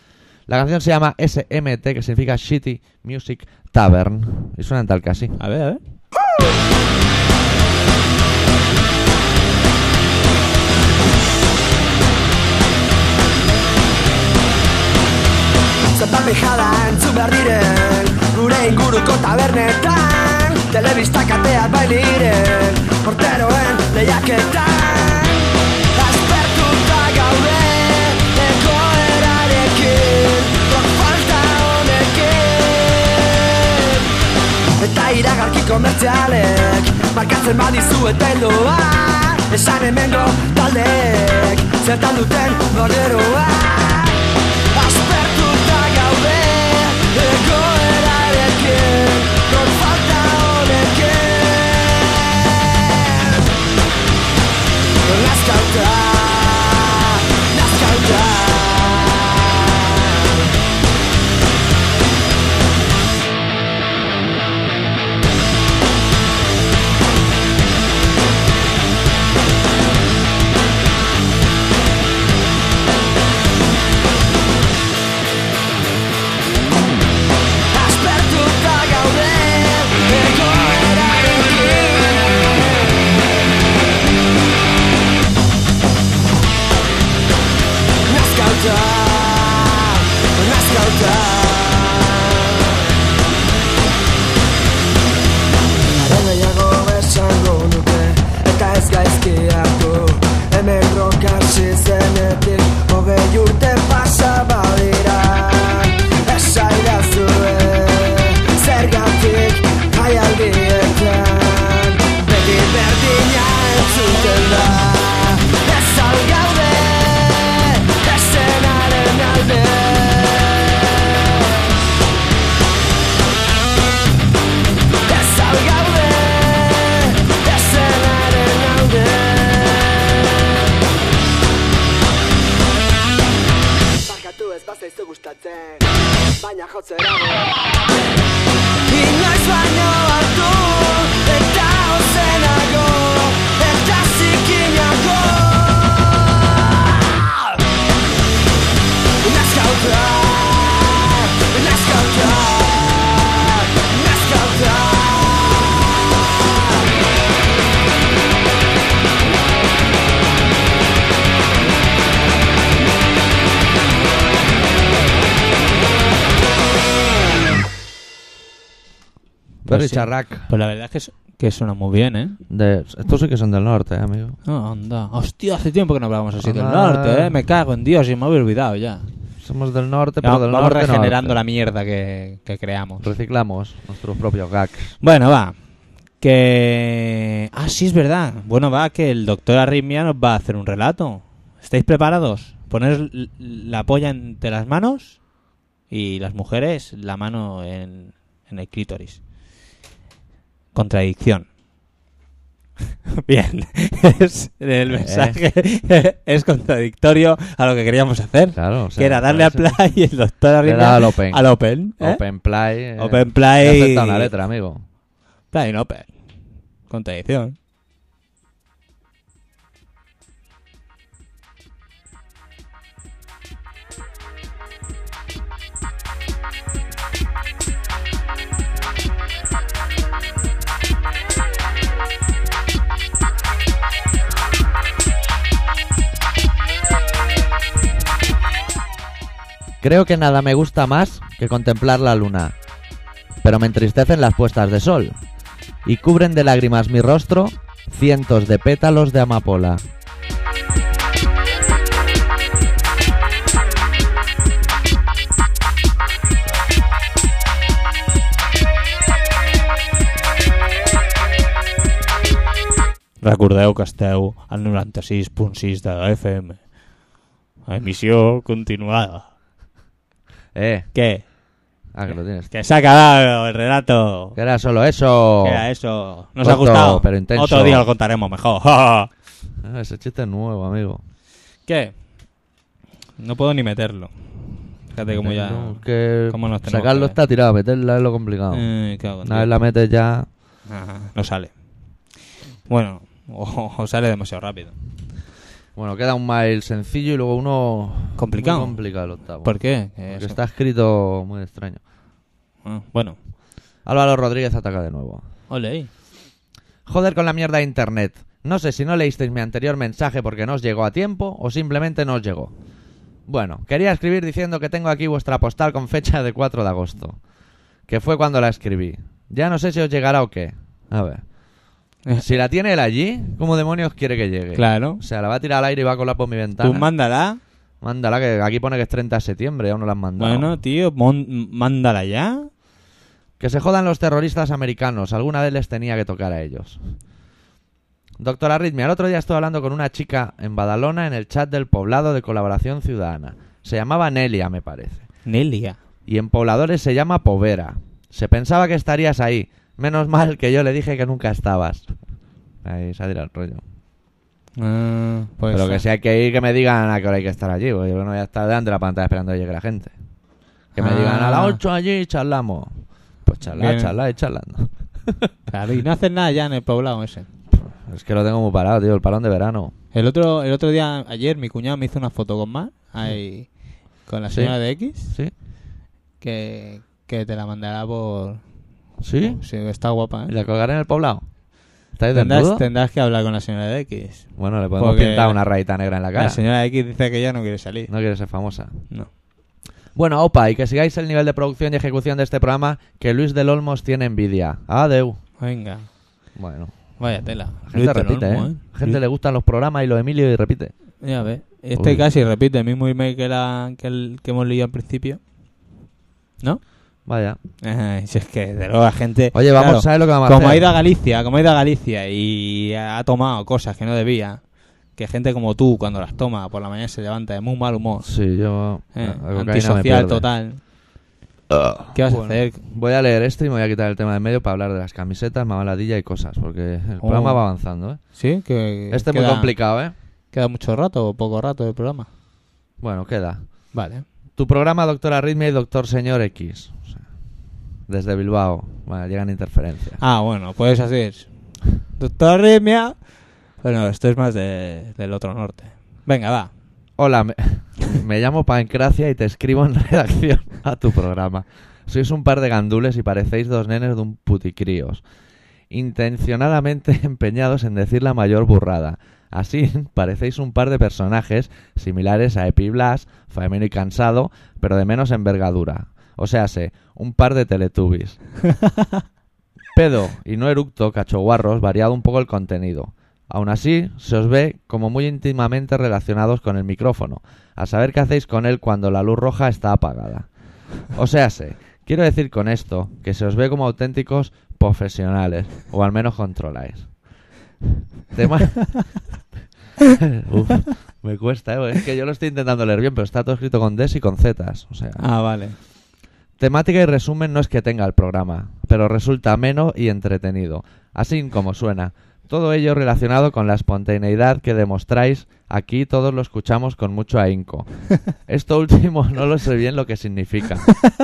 La canción se llama SMT, que significa Shitty Music Tavern, y suena en tal casi.
A ver, a ver.
Zertan pijada entzun behar diren Gure inguruko tabernetan Telebista kateak bai diren Porteroen lehiaketan Azpertuta gaude Egoerarekin Rock falta honekin Eta iragarki komertzialek Markatzen badizu eta heldoa Esan hemengo taldek Zertan duten gorderoa Aspertuta gaude Egoerarekin Non falta honekin Nazkauta Nazkauta Aspertuta gaude egoerarekin Nazkauta, nazkauta Erreiago esango nuke eta ez gaizki hartu Hemen rokasi zenetik hogei urte pasa badira Esaidazue zergatik jaialdietan Beti berdina entzuten da Ez al gaude esenaren alde zaizu gustatzen Baina jotzera Inoiz baino hartu Eta ozenago Eta zikinago Nazkauta Nazkauta Nazkauta
Berri
sí.
txarrak.
Pues la verdad es que, su- que suena muy bien, ¿eh?
De, estos sí que son del norte, eh, amigo.
Ah, anda. Hostia, hace tiempo que no hablábamos así del
Ah.
norte, ¿eh? Me cago en Dios y me había olvidado ya.
Somos del norte, pero
Vamos,
del
vamos
norte
regenerando la
norte.
mierda que, que creamos.
Reciclamos nuestros propios gags.
Bueno, va. Que... Ah, sí, es verdad. Bueno, va, que el doctor Arritmia nos va a hacer un relato. ¿Estáis preparados? Poner l- la polla entre las manos y las mujeres la mano en, en el clítoris. Contradicción. Bien, es, el
Eh.
mensaje es contradictorio a lo que queríamos hacer,
Claro, o sea,
que era darle a
parece-
play y el doctor
Le
Arritmia
da al open.
al open, ¿eh?
Open play. eh,
Open play.
le acepta una letra, amigo.
Play no, pe- Contradicción.
Creo que nada me gusta más que contemplar la luna, pero me entristecen las puestas de sol y cubren de lágrimas mi rostro cientos de pétalos de amapola.
Recordeu que esteu al 96.6 de la FM. Emissió continuada.
Eh,
¿Qué?
ah, que lo tienes.
Que se ha acabado el relato.
Que era solo eso.
Que era eso. Nos
Corto,
ha gustado.
Oh. pero intenso.
Otro día lo contaremos mejor.
Ah, ese chiste es nuevo, amigo.
¿Qué? No puedo ni meterlo. Fíjate cómo ya...
No, que
cómo nos tenemos
sacarlo
que-
está tirado, meterla es lo complicado.
Eh, cago en
Una vez
Dios.
la metes ya.
Ajá, No sale. Bueno, o, o sale demasiado rápido.
Bueno, queda un mail sencillo y luego uno.
Complicado.
muy complicado el octavo.
¿Por qué? Que
Porque
eso-
está escrito muy extraño.
Ah, bueno.
Álvaro Rodríguez ataca de nuevo.
Ole. ahí.
Joder con la mierda de internet. No sé si no leísteis mi anterior mensaje porque no os llegó a tiempo o simplemente no os llegó. Bueno, quería escribir diciendo que tengo aquí vuestra postal con fecha de 4 de agosto, que fue cuando la escribí. Ya no sé si os llegará o qué. A ver. Si la tiene él allí, ¿cómo demonios quiere que llegue?
Claro.
O sea, la va a tirar al aire y va a colar por mi ventana.
Tú mándala.
Mándala, que aquí pone que es 30 de septiembre, aún no la han mandado.
Bueno, tío, mon- mándala ya.
Que se jodan los terroristas americanos. Alguna vez les tenía que tocar a ellos. Doctor Arritmia, el otro día estuve hablando con una chica en Badalona en el chat del poblado de Colaboración Ciudadana. Se llamaba Nelia, me parece.
Nelia.
Y en pobladores se llama Povera. Se pensaba que estarías ahí. Menos mal que yo le dije que nunca estabas. Ahí se ha tirado el rollo.
Ah, pues
Pero que si hay que ir, que me digan a qué hora hay que estar allí. Porque yo no voy a estar delante de la pantalla esperando que llegue la gente. Que me
Ah.
digan a las 8 allí y charlamos. Pues charlar,
Bien.
charlar y charlando.
Claro, y no haces nada ya en el poblado ese.
Es que lo tengo muy parado, tío, el parón de verano.
El otro, el otro día, ayer, mi cuñado me hizo una foto con Mar, ahí, con la
Sí.
señora de X,
¿Sí?
que, que te la mandará por...
¿Sí?
Sí, está guapa,
¿Y
¿eh?
la colgaré en el poblado? ¿Estáis
Tendrás,
desnudo?
tendrás que hablar con la señora de X.
Bueno, le podemos
este- Porque-
pintar una rayita negra en la cara.
La señora de X dice que ya no quiere salir.
No quiere ser famosa.
No.
Bueno, opa, y que sigáis el nivel de producción y ejecución de este programa que Luis del Olmos tiene envidia. Adeu.
Venga.
Bueno,
Vaya tela.
la gente repite, ¿eh? La gente le gustan los programas y los Emilio y repite.
Ya ves. Este
Uy.
casi repite el mismo email que, la, que, el, que hemos leído al principio. ¿No?
Vaya.
Ay, si es que de luego la gente.
Oye, vamos,
claro,
¿sabes lo que vamos a
Como ha
hacer?
ido a Galicia, como ha ido a Galicia y ha tomado cosas que no debía, que gente como tú, cuando las toma por la mañana se levanta de muy mal humor,
Sí, yo...
eh,
la cocaína me pierde. Ah.
antisocial total. ¿Qué vas
Bueno.
a hacer?
Voy a leer esto y me voy a quitar el tema de medio para hablar de las camisetas, mamaladilla y cosas, porque el
Oh.
programa va avanzando, ¿eh?
¿Sí? Que
Este es muy
queda-
complicado, ¿eh?
¿Queda mucho rato o poco rato del programa?
Bueno, queda.
Vale.
Tu programa, Doctor Arritmia y Doctor Señor X. O sea, desde Bilbao. Bueno, llegan interferencias.
Ah, bueno, puedes hacer. Doctor Arritmia. Bueno, esto es más de- del otro norte. Venga, va.
Hola, me, me llamo Pancracia y te escribo en redacción a tu programa. Sois un par de gandules y parecéis dos nenes de un puticríos, intencionadamente empeñados en decir la mayor burrada. Así parecéis un par de personajes similares a Epi Blas, Faemino y Cansado, pero de menos envergadura. O sea, sé, un par de teletubbies. Pedo y no eructo, cachoguarros, variado un poco el contenido. Aún así, se os ve como muy íntimamente relacionados con el micrófono, a saber qué hacéis con él cuando la luz roja está apagada. O sea, sé, quiero decir con esto que se os ve como auténticos profesionales, o al menos controláis. Tema... Uf, me cuesta, ¿eh? es que yo lo estoy intentando leer bien, pero está todo escrito con Ds y con Zs. O sea,
Ah, vale.
Temática y resumen no es que tenga el programa, pero resulta ameno y entretenido, así como suena. Todo ello relacionado con la espontaneidad que demostráis, aquí todos lo escuchamos con mucho ahínco. Esto último no lo sé bien lo que significa,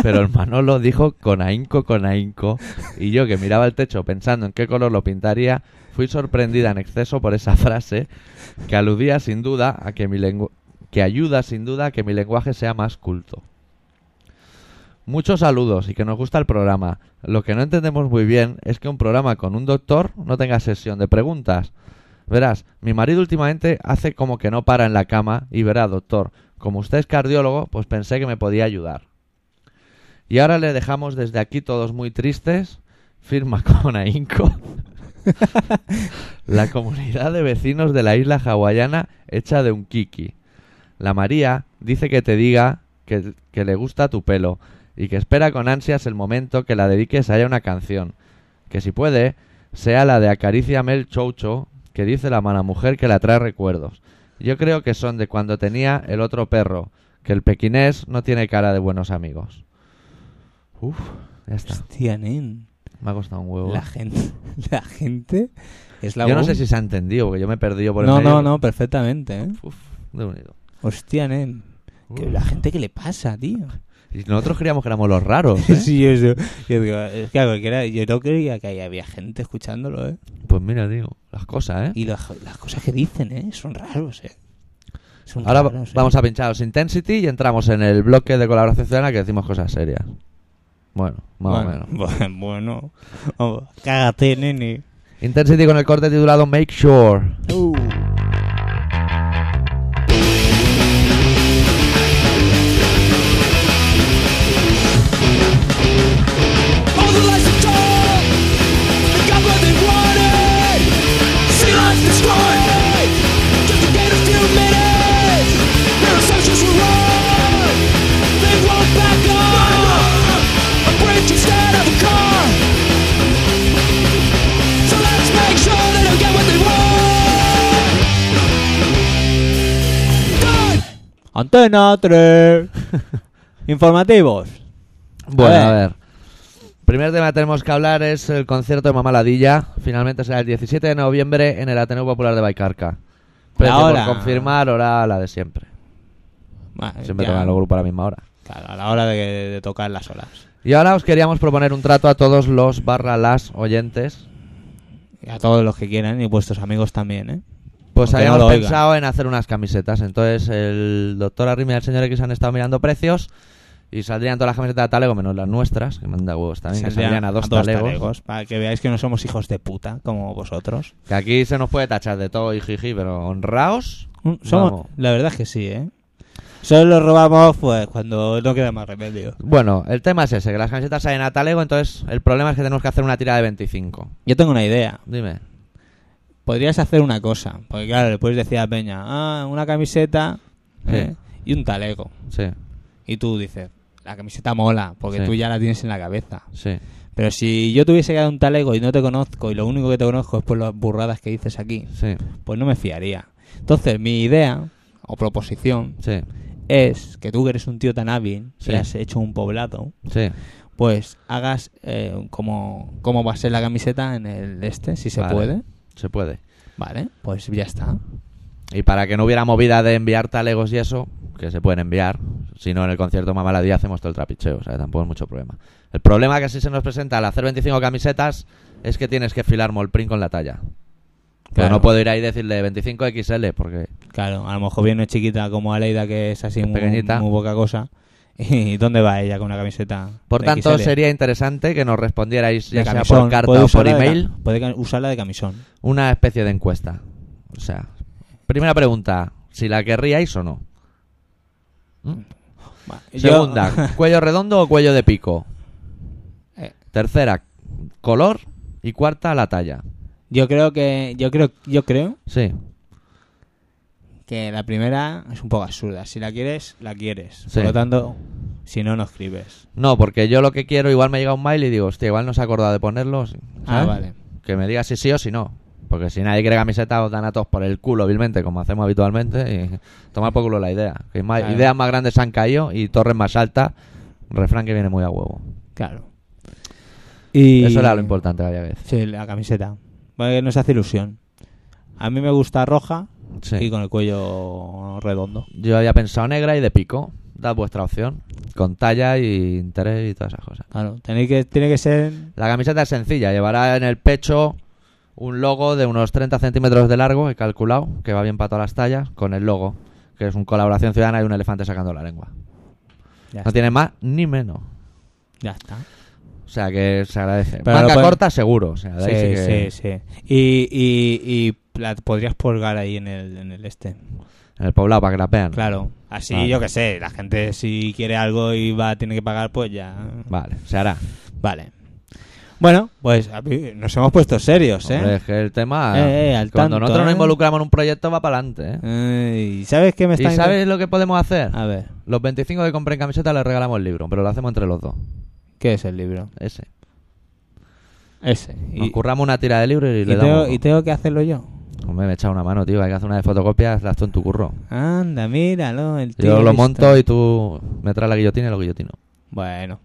pero el Manolo dijo con ahínco, con ahínco, y yo que miraba el techo pensando en qué color lo pintaría, fui sorprendida en exceso por esa frase que aludía sin duda a que mi lengua que ayuda sin duda a que mi lenguaje sea más culto. Muchos saludos y que nos gusta el programa. Lo que no entendemos muy bien es que un programa con un doctor no tenga sesión de preguntas. Verás, mi marido últimamente hace como que no para en la cama y verá, doctor, como usted es cardiólogo, pues pensé que me podía ayudar. Y ahora le dejamos desde aquí todos muy tristes. Firma con ahínco. la comunidad de vecinos de la isla hawaiana hecha de un kiki. La María dice que te diga que, que le gusta tu pelo y que espera con ansias el momento que la dediques a ella una canción. Que si puede, sea la de Acariciame el Choucho, que dice la mala mujer que la trae recuerdos. Yo creo que son de cuando tenía el otro perro, que el pequinés no tiene cara de buenos amigos. Uf, ya está.
Hostia, nen.
Me ha costado un huevo.
La gente. La gente. Es la
Oh. Yo no
bomba.
sé si se ha entendido, porque yo me he perdido por el
No,
medio.
no, no, perfectamente, ¿eh?
Uf, de unido.
Hostia, nen. Que la gente que le pasa, tío.
Y nosotros creíamos que éramos los raros. ¿eh?
Sí, yo, yo- yo digo, es que a cualquiera- yo no creía que ahí había gente escuchándolo, ¿eh?
Pues mira, digo, las cosas, ¿eh?
Y las, las cosas que dicen, ¿eh? Son raros, ¿eh? Son
Ahora
raros, ¿eh?
vamos a pinchar los Intensity y entramos en el bloque de colaboración ciudadana que decimos cosas serias. Bueno, más o menos.
bueno, Bueno, Vamos, cágate, nene.
Intensity con el corte titulado Make Sure.
Uh.
All the lights are dark. The government they wanted. Sea life destroyed. Just to get a few minutes. Their assumptions were wrong. They won't back up. A bridge instead of a car. So let's make sure they don't get what they want. God.
Antena 3. Informativos.
Bueno,
A
a
ver.
ver. Primer tema que tenemos que hablar es el concierto de Mamaladilla. Finalmente será el 17 de noviembre en el Ateneo Popular de Baicarca. Pero
La hora.
por confirmar, hora la de siempre.
Bueno,
Siempre
ya.
tocan los grupos a la misma hora.
Claro, a la hora de, de tocar las olas.
Y ahora os queríamos proponer un trato a todos los barra las oyentes.
Y a todos los que quieran y vuestros amigos también, ¿eh?
Pues
Aunque no
habíamos
lo oigan.
pensado en hacer unas camisetas. Entonces el doctor Arrimia y el señor X han estado mirando precios y saldrían todas las camisetas de Talego menos las nuestras, que manda huevos también, que
Saldrían
saldrían a dos, talegos.
Para que veáis que no somos hijos de puta como vosotros.
Que aquí se nos puede tachar de todo y jiji, pero honraos.
Mm, somos-
vamos.
la verdad es que sí, ¿eh? Solo lo robamos pues cuando no queda más remedio.
Bueno, el tema es ese, que las camisetas salen a Talego, entonces el problema es que tenemos que hacer una tira de 25.
Yo tengo una idea.
Dime.
Podrías hacer una cosa. Porque claro, le puedes decir a Peña, ah, una camiseta ¿eh? y un talego.
Sí,
Y tú dices, la camiseta mola, porque
Sí.
tú ya la tienes en la cabeza.
sí.
Pero si yo tuviese que dar un talego y no te conozco y lo único que te conozco es por las burradas que dices aquí,
Sí,
pues no me fiaría. Entonces, mi idea o proposición
sí,
es que tú que eres un tío tan hábil
Sí.
y has hecho un poblado,
sí.
pues hagas eh, como, cómo va a ser la camiseta en el este, si se
Vale.
puede.
Se puede.
Vale, pues ya está.
Y para que no hubiera movida de enviar talegos y eso, que se pueden enviar. Si no, en el concierto Mamaladía hacemos todo el trapicheo, o sea, tampoco es mucho problema. El problema que si se nos presenta al hacer 25 camisetas es que tienes que filar molprín con la talla. Pero
Claro.
no puedo ir ahí y decirle 25 XL porque
Claro, a lo mejor viene chiquita como Aleida, que es así
Es
muy,
pequeñita.
muy poca cosa. ¿Y dónde va ella con una camiseta?
Por
de
tanto,
XL?
sería interesante que nos respondierais,
De
ya sea
camisón.
por carta
Puede
o por
usarla de ca-
email,
puede ca- usarla de camisón.
una especie de encuesta. O sea, primera pregunta, si la querríais o no.
Va,
Segunda, cuello redondo o cuello de pico.
Eh.
Tercera, color. Y cuarta, la talla.
Yo creo que yo creo yo creo
Sí,
que la primera es un poco absurda. Si la quieres, la quieres.
Sí.
Por lo tanto, si no, no escribes.
No, porque yo lo que quiero, igual me llega un mail y digo, hostia, igual no se ha acordado de ponerlo. ¿sabes?
Ah, vale.
Que me diga si sí o si no. Porque si nadie quiere camiseta, os dan a todos por el culo, vilmente, como hacemos habitualmente. Y tomar por culo la idea. Que más-
Claro.
Ideas más grandes se han caído y torres más altas. Refrán que viene muy a huevo.
Claro. Y
Eso era lo importante, vaya vez.
Sí, la camiseta. Porque nos hace ilusión. A mí me gusta roja
Sí.
y con el cuello redondo.
Yo había pensado negra y de pico. Dad vuestra opción. Con talla y interés y todas esas cosas.
Claro, tenéis que, tiene que ser
La camiseta es sencilla, llevará en el pecho un logo de unos 30 centímetros de largo, he calculado, que va bien para todas las tallas, con el logo, que es un colaboración ciudadana y un elefante sacando la lengua.
Ya
No
está.
tiene más ni menos.
Ya está.
O sea que se agradece.
Pero
Manga
lo pueden-
corta, seguro. O sea, de
Sí,
ahí sí que-
sí, sí. Y, y, y la podrías pulgar ahí en el, en el este.
En el poblado, para que la vean.
Claro. Así,
Vale.
yo que sé, la gente si quiere algo y va tiene que pagar, pues ya.
Vale, se hará.
Vale. Bueno, pues a mí- nos hemos puesto serios, ¿eh?
Hombre, es que el tema.
Eh, eh, al
cuando
tanto,
nosotros nos
¿eh?
involucramos en un proyecto, va para adelante. ¿eh?
Eh, ¿Y sabes qué me está
¿Y sabes lo que podemos hacer?
A ver,
Los 25 que compren camiseta les regalamos el libro, pero lo hacemos entre los dos.
¿qué es el libro?
Ese.
Ese.
Nos
Y,
curramos una tira de libro y,
y
le
tengo,
damos.
y tengo que hacerlo yo.
Hombre, me echa una mano, tío. Hay que hacer una de fotocopias, las tú en tu curro.
Anda, míralo. El tío
Yo lo
listo.
monto y tú me traes la guillotina y lo guillotino.
Bueno.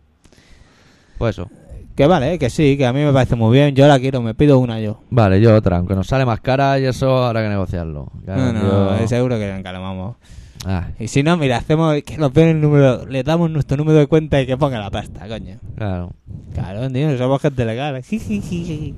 Pues eso.
Que vale, que sí, que a mí me parece muy bien. Yo la quiero, me pido una yo.
Vale, yo otra. Aunque nos sale más cara y eso habrá que negociarlo. Claro,
no, no,
yo-
eh, seguro que la encalmamos.
Ay,
Y si no, mira, hacemos que nos den el número, le damos nuestro número de cuenta y que ponga la pasta, coño.
claro.
Claro, tío, somos gente legal. Jijiji.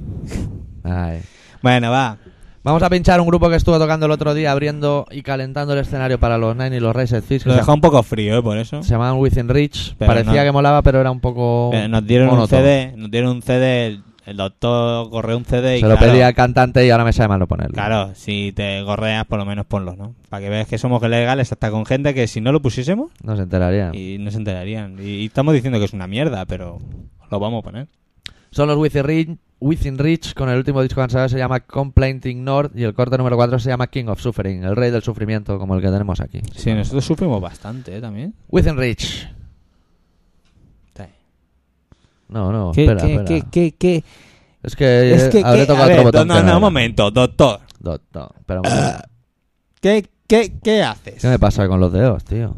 Ay.
bueno, va.
Vamos a pinchar un grupo que estuvo tocando el otro día, abriendo y calentando el escenario para los Nine y los Racer Thieves. que
Lo
se-
dejó un poco frío, ¿eh? Por eso.
Se llamaban Within Reach.
Pero
Parecía
no-
que molaba, pero era un poco.
Eh, nos dieron un
monótono.
CD, nos dieron un CD, el, el doctor corrió un CD y
Se lo
claro,
pedía al cantante y ahora me sale mal no ponerlo.
Claro, si te gorreas, por lo menos ponlo, ¿no? Para que veas que somos legales hasta con gente que si no lo pusiésemos
No se enteraría.
y no se enterarían. Y, y estamos diciendo que es una mierda, pero lo vamos a poner.
Son los Within Reach, Within Reach, con el último disco lanzado se llama Complaint Ignored y el corte número 4 se llama King of Suffering, el rey del sufrimiento como el que tenemos aquí.
Sí, nosotros sufrimos bastante, ¿eh? También.
Within Reach. No, no,
¿Qué,
espera,
qué,
espera.
qué, qué, qué?
Es que,
Es
eh,
que,
habré
que-
tocado
a
otro
ver,
botón.
no,
que
no,
era.
no, un momento, doctor.
Do- do- espera un momento.
¿Qué, qué, qué haces?
¿Qué me pasa con los dedos, tío?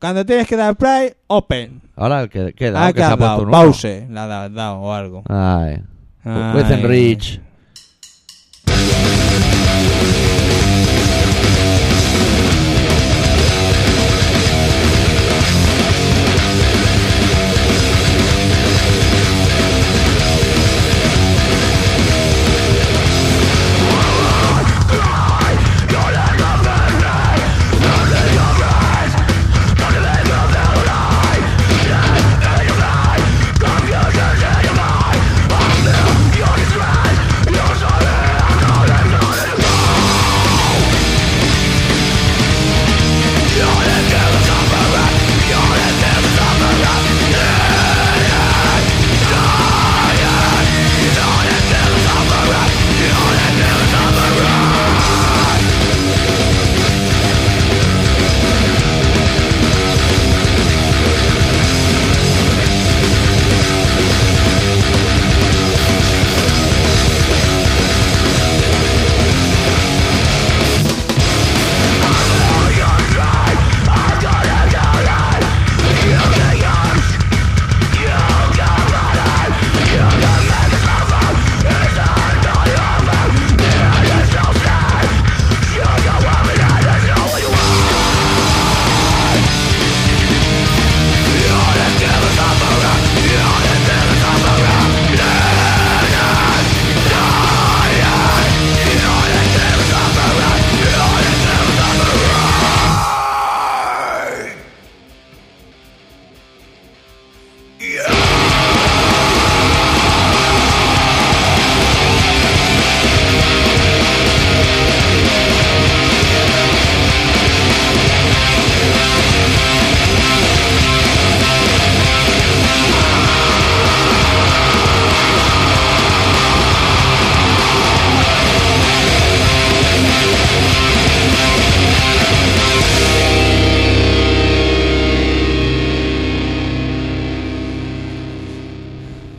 Cuando tienes que dar play, open.
Ahora el que queda,
Ah,
que
que
se ha
has
puesto
dado,
un uno.
pause, la has dado, dado o algo.
Ay.
Ay.
Within Reach.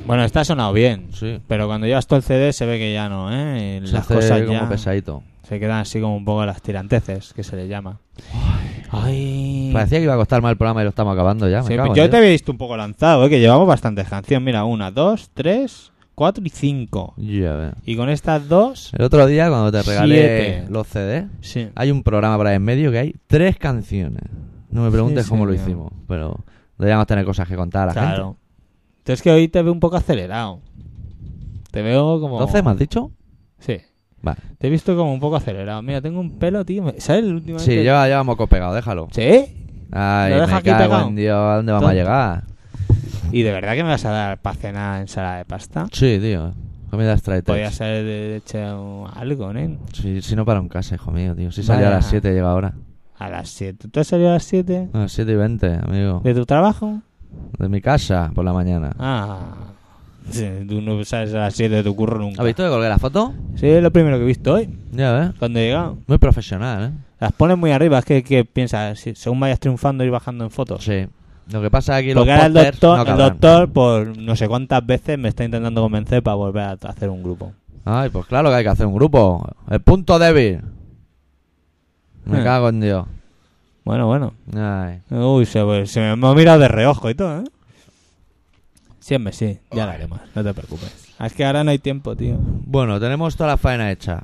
Bueno, está sonado bien.
Sí.
Pero cuando llevas todo el CD se ve que ya no, ¿eh? Y
Se
Las
hace
cosas
como
ya
pesadito.
se quedan así como un poco las tiranteces, que se le llama. Ay.
Parecía que iba a costar más el programa y lo estamos acabando ya. me
Sí,
cago en
yo
Dios.
te había visto un poco lanzado, ¿eh? que llevamos bastantes canciones. Mira, una, dos, tres, cuatro y cinco.
Ya ves.
Y con estas dos,
El otro día cuando te regalé
Siete.
los CDs,
sí.
hay un programa por ahí en medio que hay tres canciones. No me preguntes
Sí,
cómo lo
señor.
hicimos, pero debíamos tener cosas que contar a la
Claro. Entonces que hoy te veo un poco acelerado. Te veo como...
gente. ¿12 me has dicho?
Sí.
Vale.
Te he visto como un poco acelerado. Mira, tengo un pelo, tío. me- ¿Sabes el último?
Sí, lleva, lleva moco pegado, déjalo.
¿Sí?
Ay,
Lo deja
me
aquí
cago
pegado.
en Dios, ¿a dónde vamos a
Tonto.
llegar?
¿Y de verdad que me vas a dar para cenar ensalada de pasta?
Sí, tío. Comida
Podría
straight
ser de hecho algo, ¿eh?
Si, si no para un casa, hijo mío, tío. Si salía a
Vaya.
las 7 llega ahora.
A las 7. ¿Tú has salido a las 7
A las 7 y 20, amigo.
de tu trabajo?
De mi casa por la mañana.
Eh. Ah. Sí, tú no sales a las 7 de tu curro nunca.
¿Has visto que colgué la foto?
Sí, es lo primero que he visto hoy,
Ya ves.
cuando he llegado.
Muy profesional, ¿eh?
Las pones muy arriba, es que, que piensas, si- según vayas triunfando ir bajando en fotos.
Sí. Lo que pasa es que
Porque
los
ahora el
pósters
doctor,
no
el
cabrán.
doctor, por no sé cuántas veces, me está intentando convencer para volver a hacer un grupo.
Ay, pues claro que hay que hacer un grupo. El punto débil. Me
Eh.
cago en Dios.
Bueno, bueno.
Ay.
Uy, se, se me, ha mirado de reojo y todo, ¿eh? Siempre sí, ya lo haremos, no te preocupes. Ah, Es que ahora no hay tiempo, tío.
Bueno, tenemos toda la faena hecha.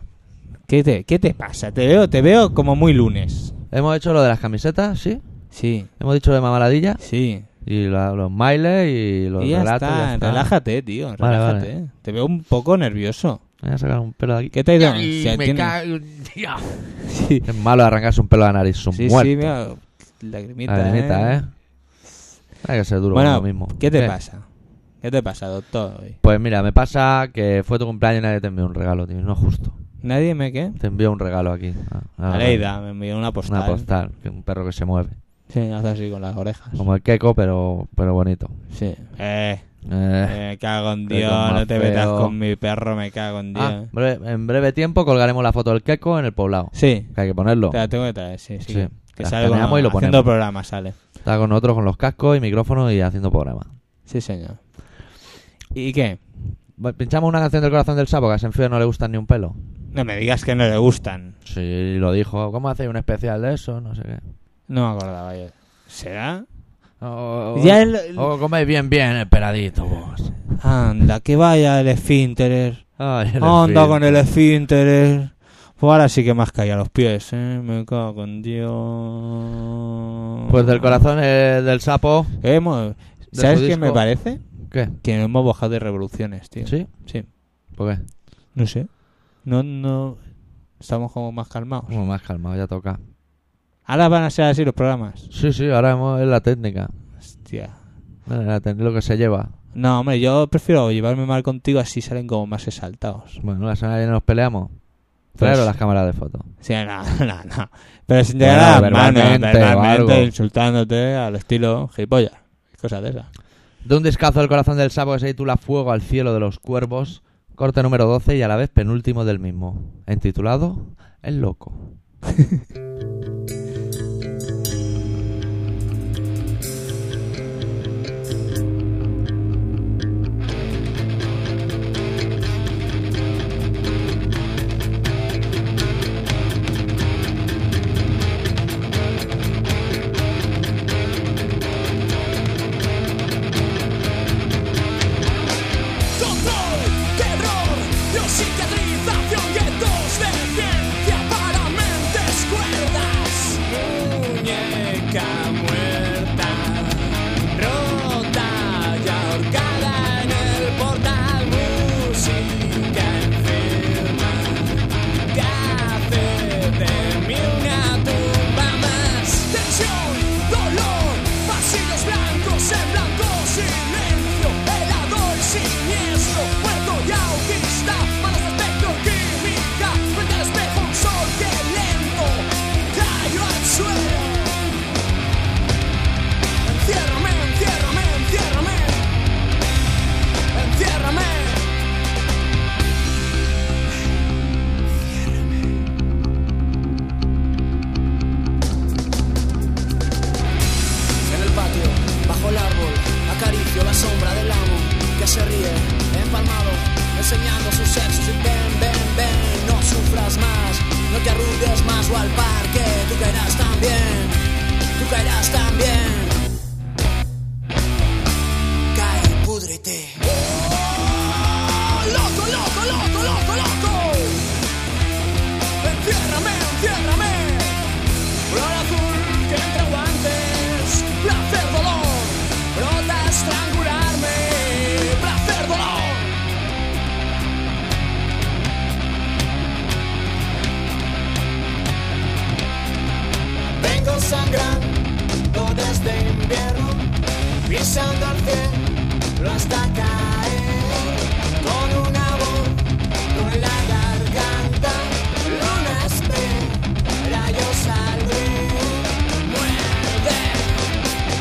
¿Qué te, qué te pasa? Te veo, te veo como muy lunes.
Hemos hecho lo de las camisetas, ¿sí.
Sí,
Hemos dicho lo de mamaladilla.
sí.
Y la- los mailes y los
y ya
relatos.
está,
ya está.
relájate, tío,
Vale, vale.
relájate. Te veo un poco nervioso.
Voy a sacar un pelo de aquí.
¿Qué te ha ido?
Y
Si
me
tiene-
cago en Dios.
Sí,
Es malo arrancarse un pelo de la nariz. Son
sí,
muertos.
sí, mira, lagrimita,
Lagrimita,
¿eh?
¿eh? Hay que ser duro
Bueno,
con lo mismo.
¿qué te pasa? ¿Qué te pasa, doctor? hoy?
Pues mira, me pasa que fue tu cumpleaños y nadie te envió un regalo, tío. No es justo.
¿Nadie me qué?
Te envió un regalo aquí. a- a-
Aleida, me envió una postal.
Una postal, que un perro que se mueve.
Sí, hace así con las orejas.
Pues Como el Keko, pero, pero bonito.
Sí. Eh,
Eh.
me cago en
Qué
Dios,
más
no te metas
feo.
con mi perro, me cago en Dios.
Ah, breve- en breve tiempo colgaremos la foto del Keko en el poblado.
Sí,
Que hay que ponerlo.
te la tengo que traer, sí,
Sí,
sí. Que
la
sale
escaneamos
como
y lo
haciendo
ponemos.
programa, sale.
Está con nosotros con los cascos y micrófonos y haciendo programa.
Sí, señor. ¿Y qué?
Va- Pinchamos una canción del corazón del sapo que a Senfío no le gustan ni un pelo.
No me digas que no le gustan.
Sí, lo dijo. ¿Cómo hacéis un especial de eso? No sé qué.
No me acordaba yo. ¿Será?
O, o-
Ya el-
o oh, coméis bien, bien, esperadito vos.
Anda, que vaya el esfínteres.
Ay, el
Anda
espíritu.
con el esfínteres. Pues ahora sí que más caía a los pies, ¿eh? Me cago con Dios.
Pues del corazón eh, del sapo.
Hemos-
De
¿Sabes
su
qué
disco.
me parece?
¿Qué?
Que no hemos bajado de revoluciones, tío.
¿Sí?
Sí.
¿Por qué?
No sé. No, no. Estamos como más calmados.
Como más calmado, ya toca.
Ahora van a ser así los programas.
Sí, sí, ahora hemos, es la técnica.
Hostia.
Bueno, la técnica, lo que se lleva.
No, hombre, yo prefiero llevarme mal contigo así salen como más exaltados.
Bueno, la semana que viene nos peleamos.
Pues-
Claro, las cámaras de fotos.
Sí, no, no, no. Pero sin
Bueno,
llegar a las manos,
verbalmente o
verbalmente,
algo.
insultándote al estilo gilipollas. Cosas de esas.
De un discazo del corazón del sapo que se titula Fuego al cielo de los cuervos, corte número 12 y a la vez penúltimo del mismo, entitulado El loco.
Control, terror, psiquiatrización y dos de ciencia para mentes cuerdas.
caerás también. Cae, púdrete.
¡Oh! ¡Loco, loco, loco, loco, loco! ¡Enciérrame, enciérrame! Flor azul que entra en guantes, placer, dolor, brota a estrangularme, placer, dolor. Vengo sangrando desde invierno, pisando al cielo hasta caer, con una voz no en la garganta, luna espera, yo saldré. Muerde,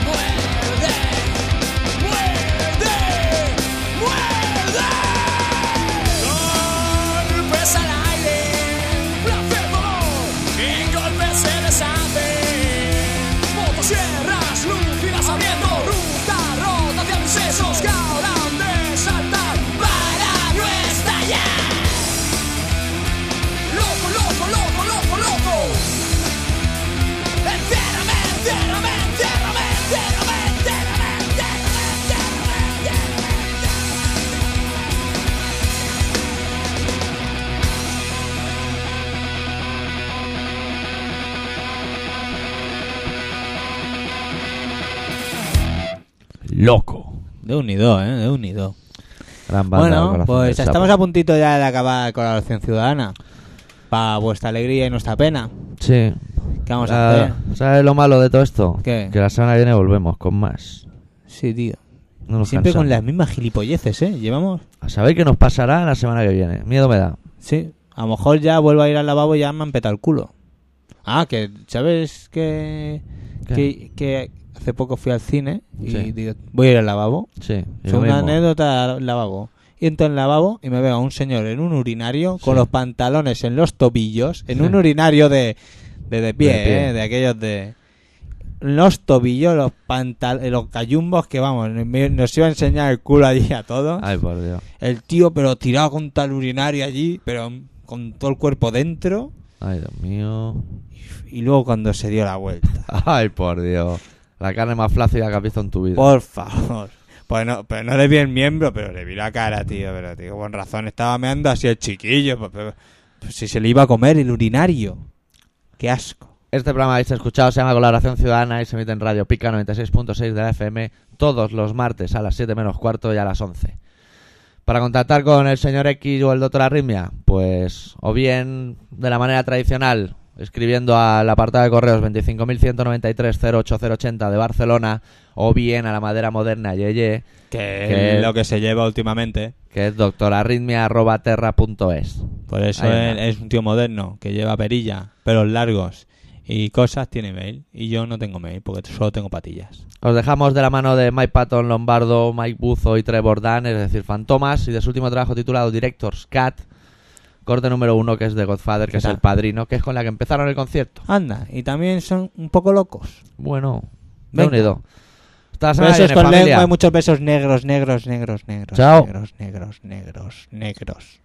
muerde, muerde, muerde. Golpes al aire, placer, dolor, en golpes se deshace. Motosierras lúcidas abriendo ruta rota hacia mis sesos que habrán de saltar para no estallar. Loco, loco, loco, loco, loco. Entiérrame, entiérrame, entiérrame, entiérrame, entiérrame, entiérrame, entiérrame, entiérrame, entiérrame.
Loco.
De un y dos, ¿eh? De un y dos.
Gran banda del
bueno,
corazón
pues
del
estamos
sapo.
a puntito ya de acabar colaboración ciudadana. Para vuestra alegría y nuestra pena.
Sí.
¿Qué vamos a
Ah,
hacer?
¿Sabes lo malo de todo esto?
¿Qué?
Que la semana que viene volvemos con más.
Sí, tío.
No nos
Siempre con las
cansamos.
mismas gilipolleces, ¿eh? Llevamos...
A saber qué nos pasará la semana que viene. Miedo me da.
Sí. A lo mejor ya vuelvo a ir al lavabo y ya me han petado el culo. Ah, que... ¿Sabes que...
¿Qué?
Que, que hace poco fui al cine y
Sí.
digo, voy a ir al lavabo.
Sí. y
Es
lo
una
mismo.
anécdota al lavabo. Y entro en lavabo y me veo a un señor en un urinario con
Sí.
los pantalones en los tobillos, en
Sí.
un urinario de, de, de pie,
De pie.
¿eh? de aquellos de... Los tobillos, los pantalones, los cayumbos que vamos, me- nos iba a enseñar el culo allí a todos.
Ay, por Dios.
El tío, pero tirado con tal urinario allí, pero con todo el cuerpo dentro.
Ay, Dios mío.
Y luego cuando se dio la vuelta.
Ay, por Dios. La carne más flácida que has visto en tu vida.
Por favor. Pues no, pero no le vi el miembro, pero le vi la cara, tío. Pero, tío, con razón, estaba meando así el chiquillo. Pues, pero- pues si se le iba a comer el urinario. Qué asco.
Este programa habéis escuchado se llama Colaboración Ciudadana y se emite en Radio Pica 96.6 de la FM todos los martes a las 7 menos cuarto y a las 11. Para contactar con el señor X o el doctor Arritmia, pues o bien de la manera tradicional, escribiendo al apartado de correos 25.193.08080 de Barcelona, o bien a la madera moderna Yeye,
Que
Que-
es lo que se lleva últimamente.
que es doctorarritmia.terra.es.
Por eso
Ahí
él
está.
es un tío moderno, que lleva perilla, pelos largos y cosas, tiene mail. Y yo no tengo mail, porque solo tengo patillas.
Os dejamos de la mano de Mike Patton, Lombardo, Mike Buzo y Trevor Dan, es decir, Fantomas, y de su último trabajo titulado Director's Cat, corte número uno, que es de Godfather, que
¿Qué
es
tal?
el padrino, que es con la que empezaron el concierto.
Anda, y también son un poco locos.
Bueno, me
Venga.
unido. Hasta la semana que
Besos
viene,
con
familia.
lengua y muchos besos negros, negros, negros, negros.
Chao.
Negros, negros, negros, negros.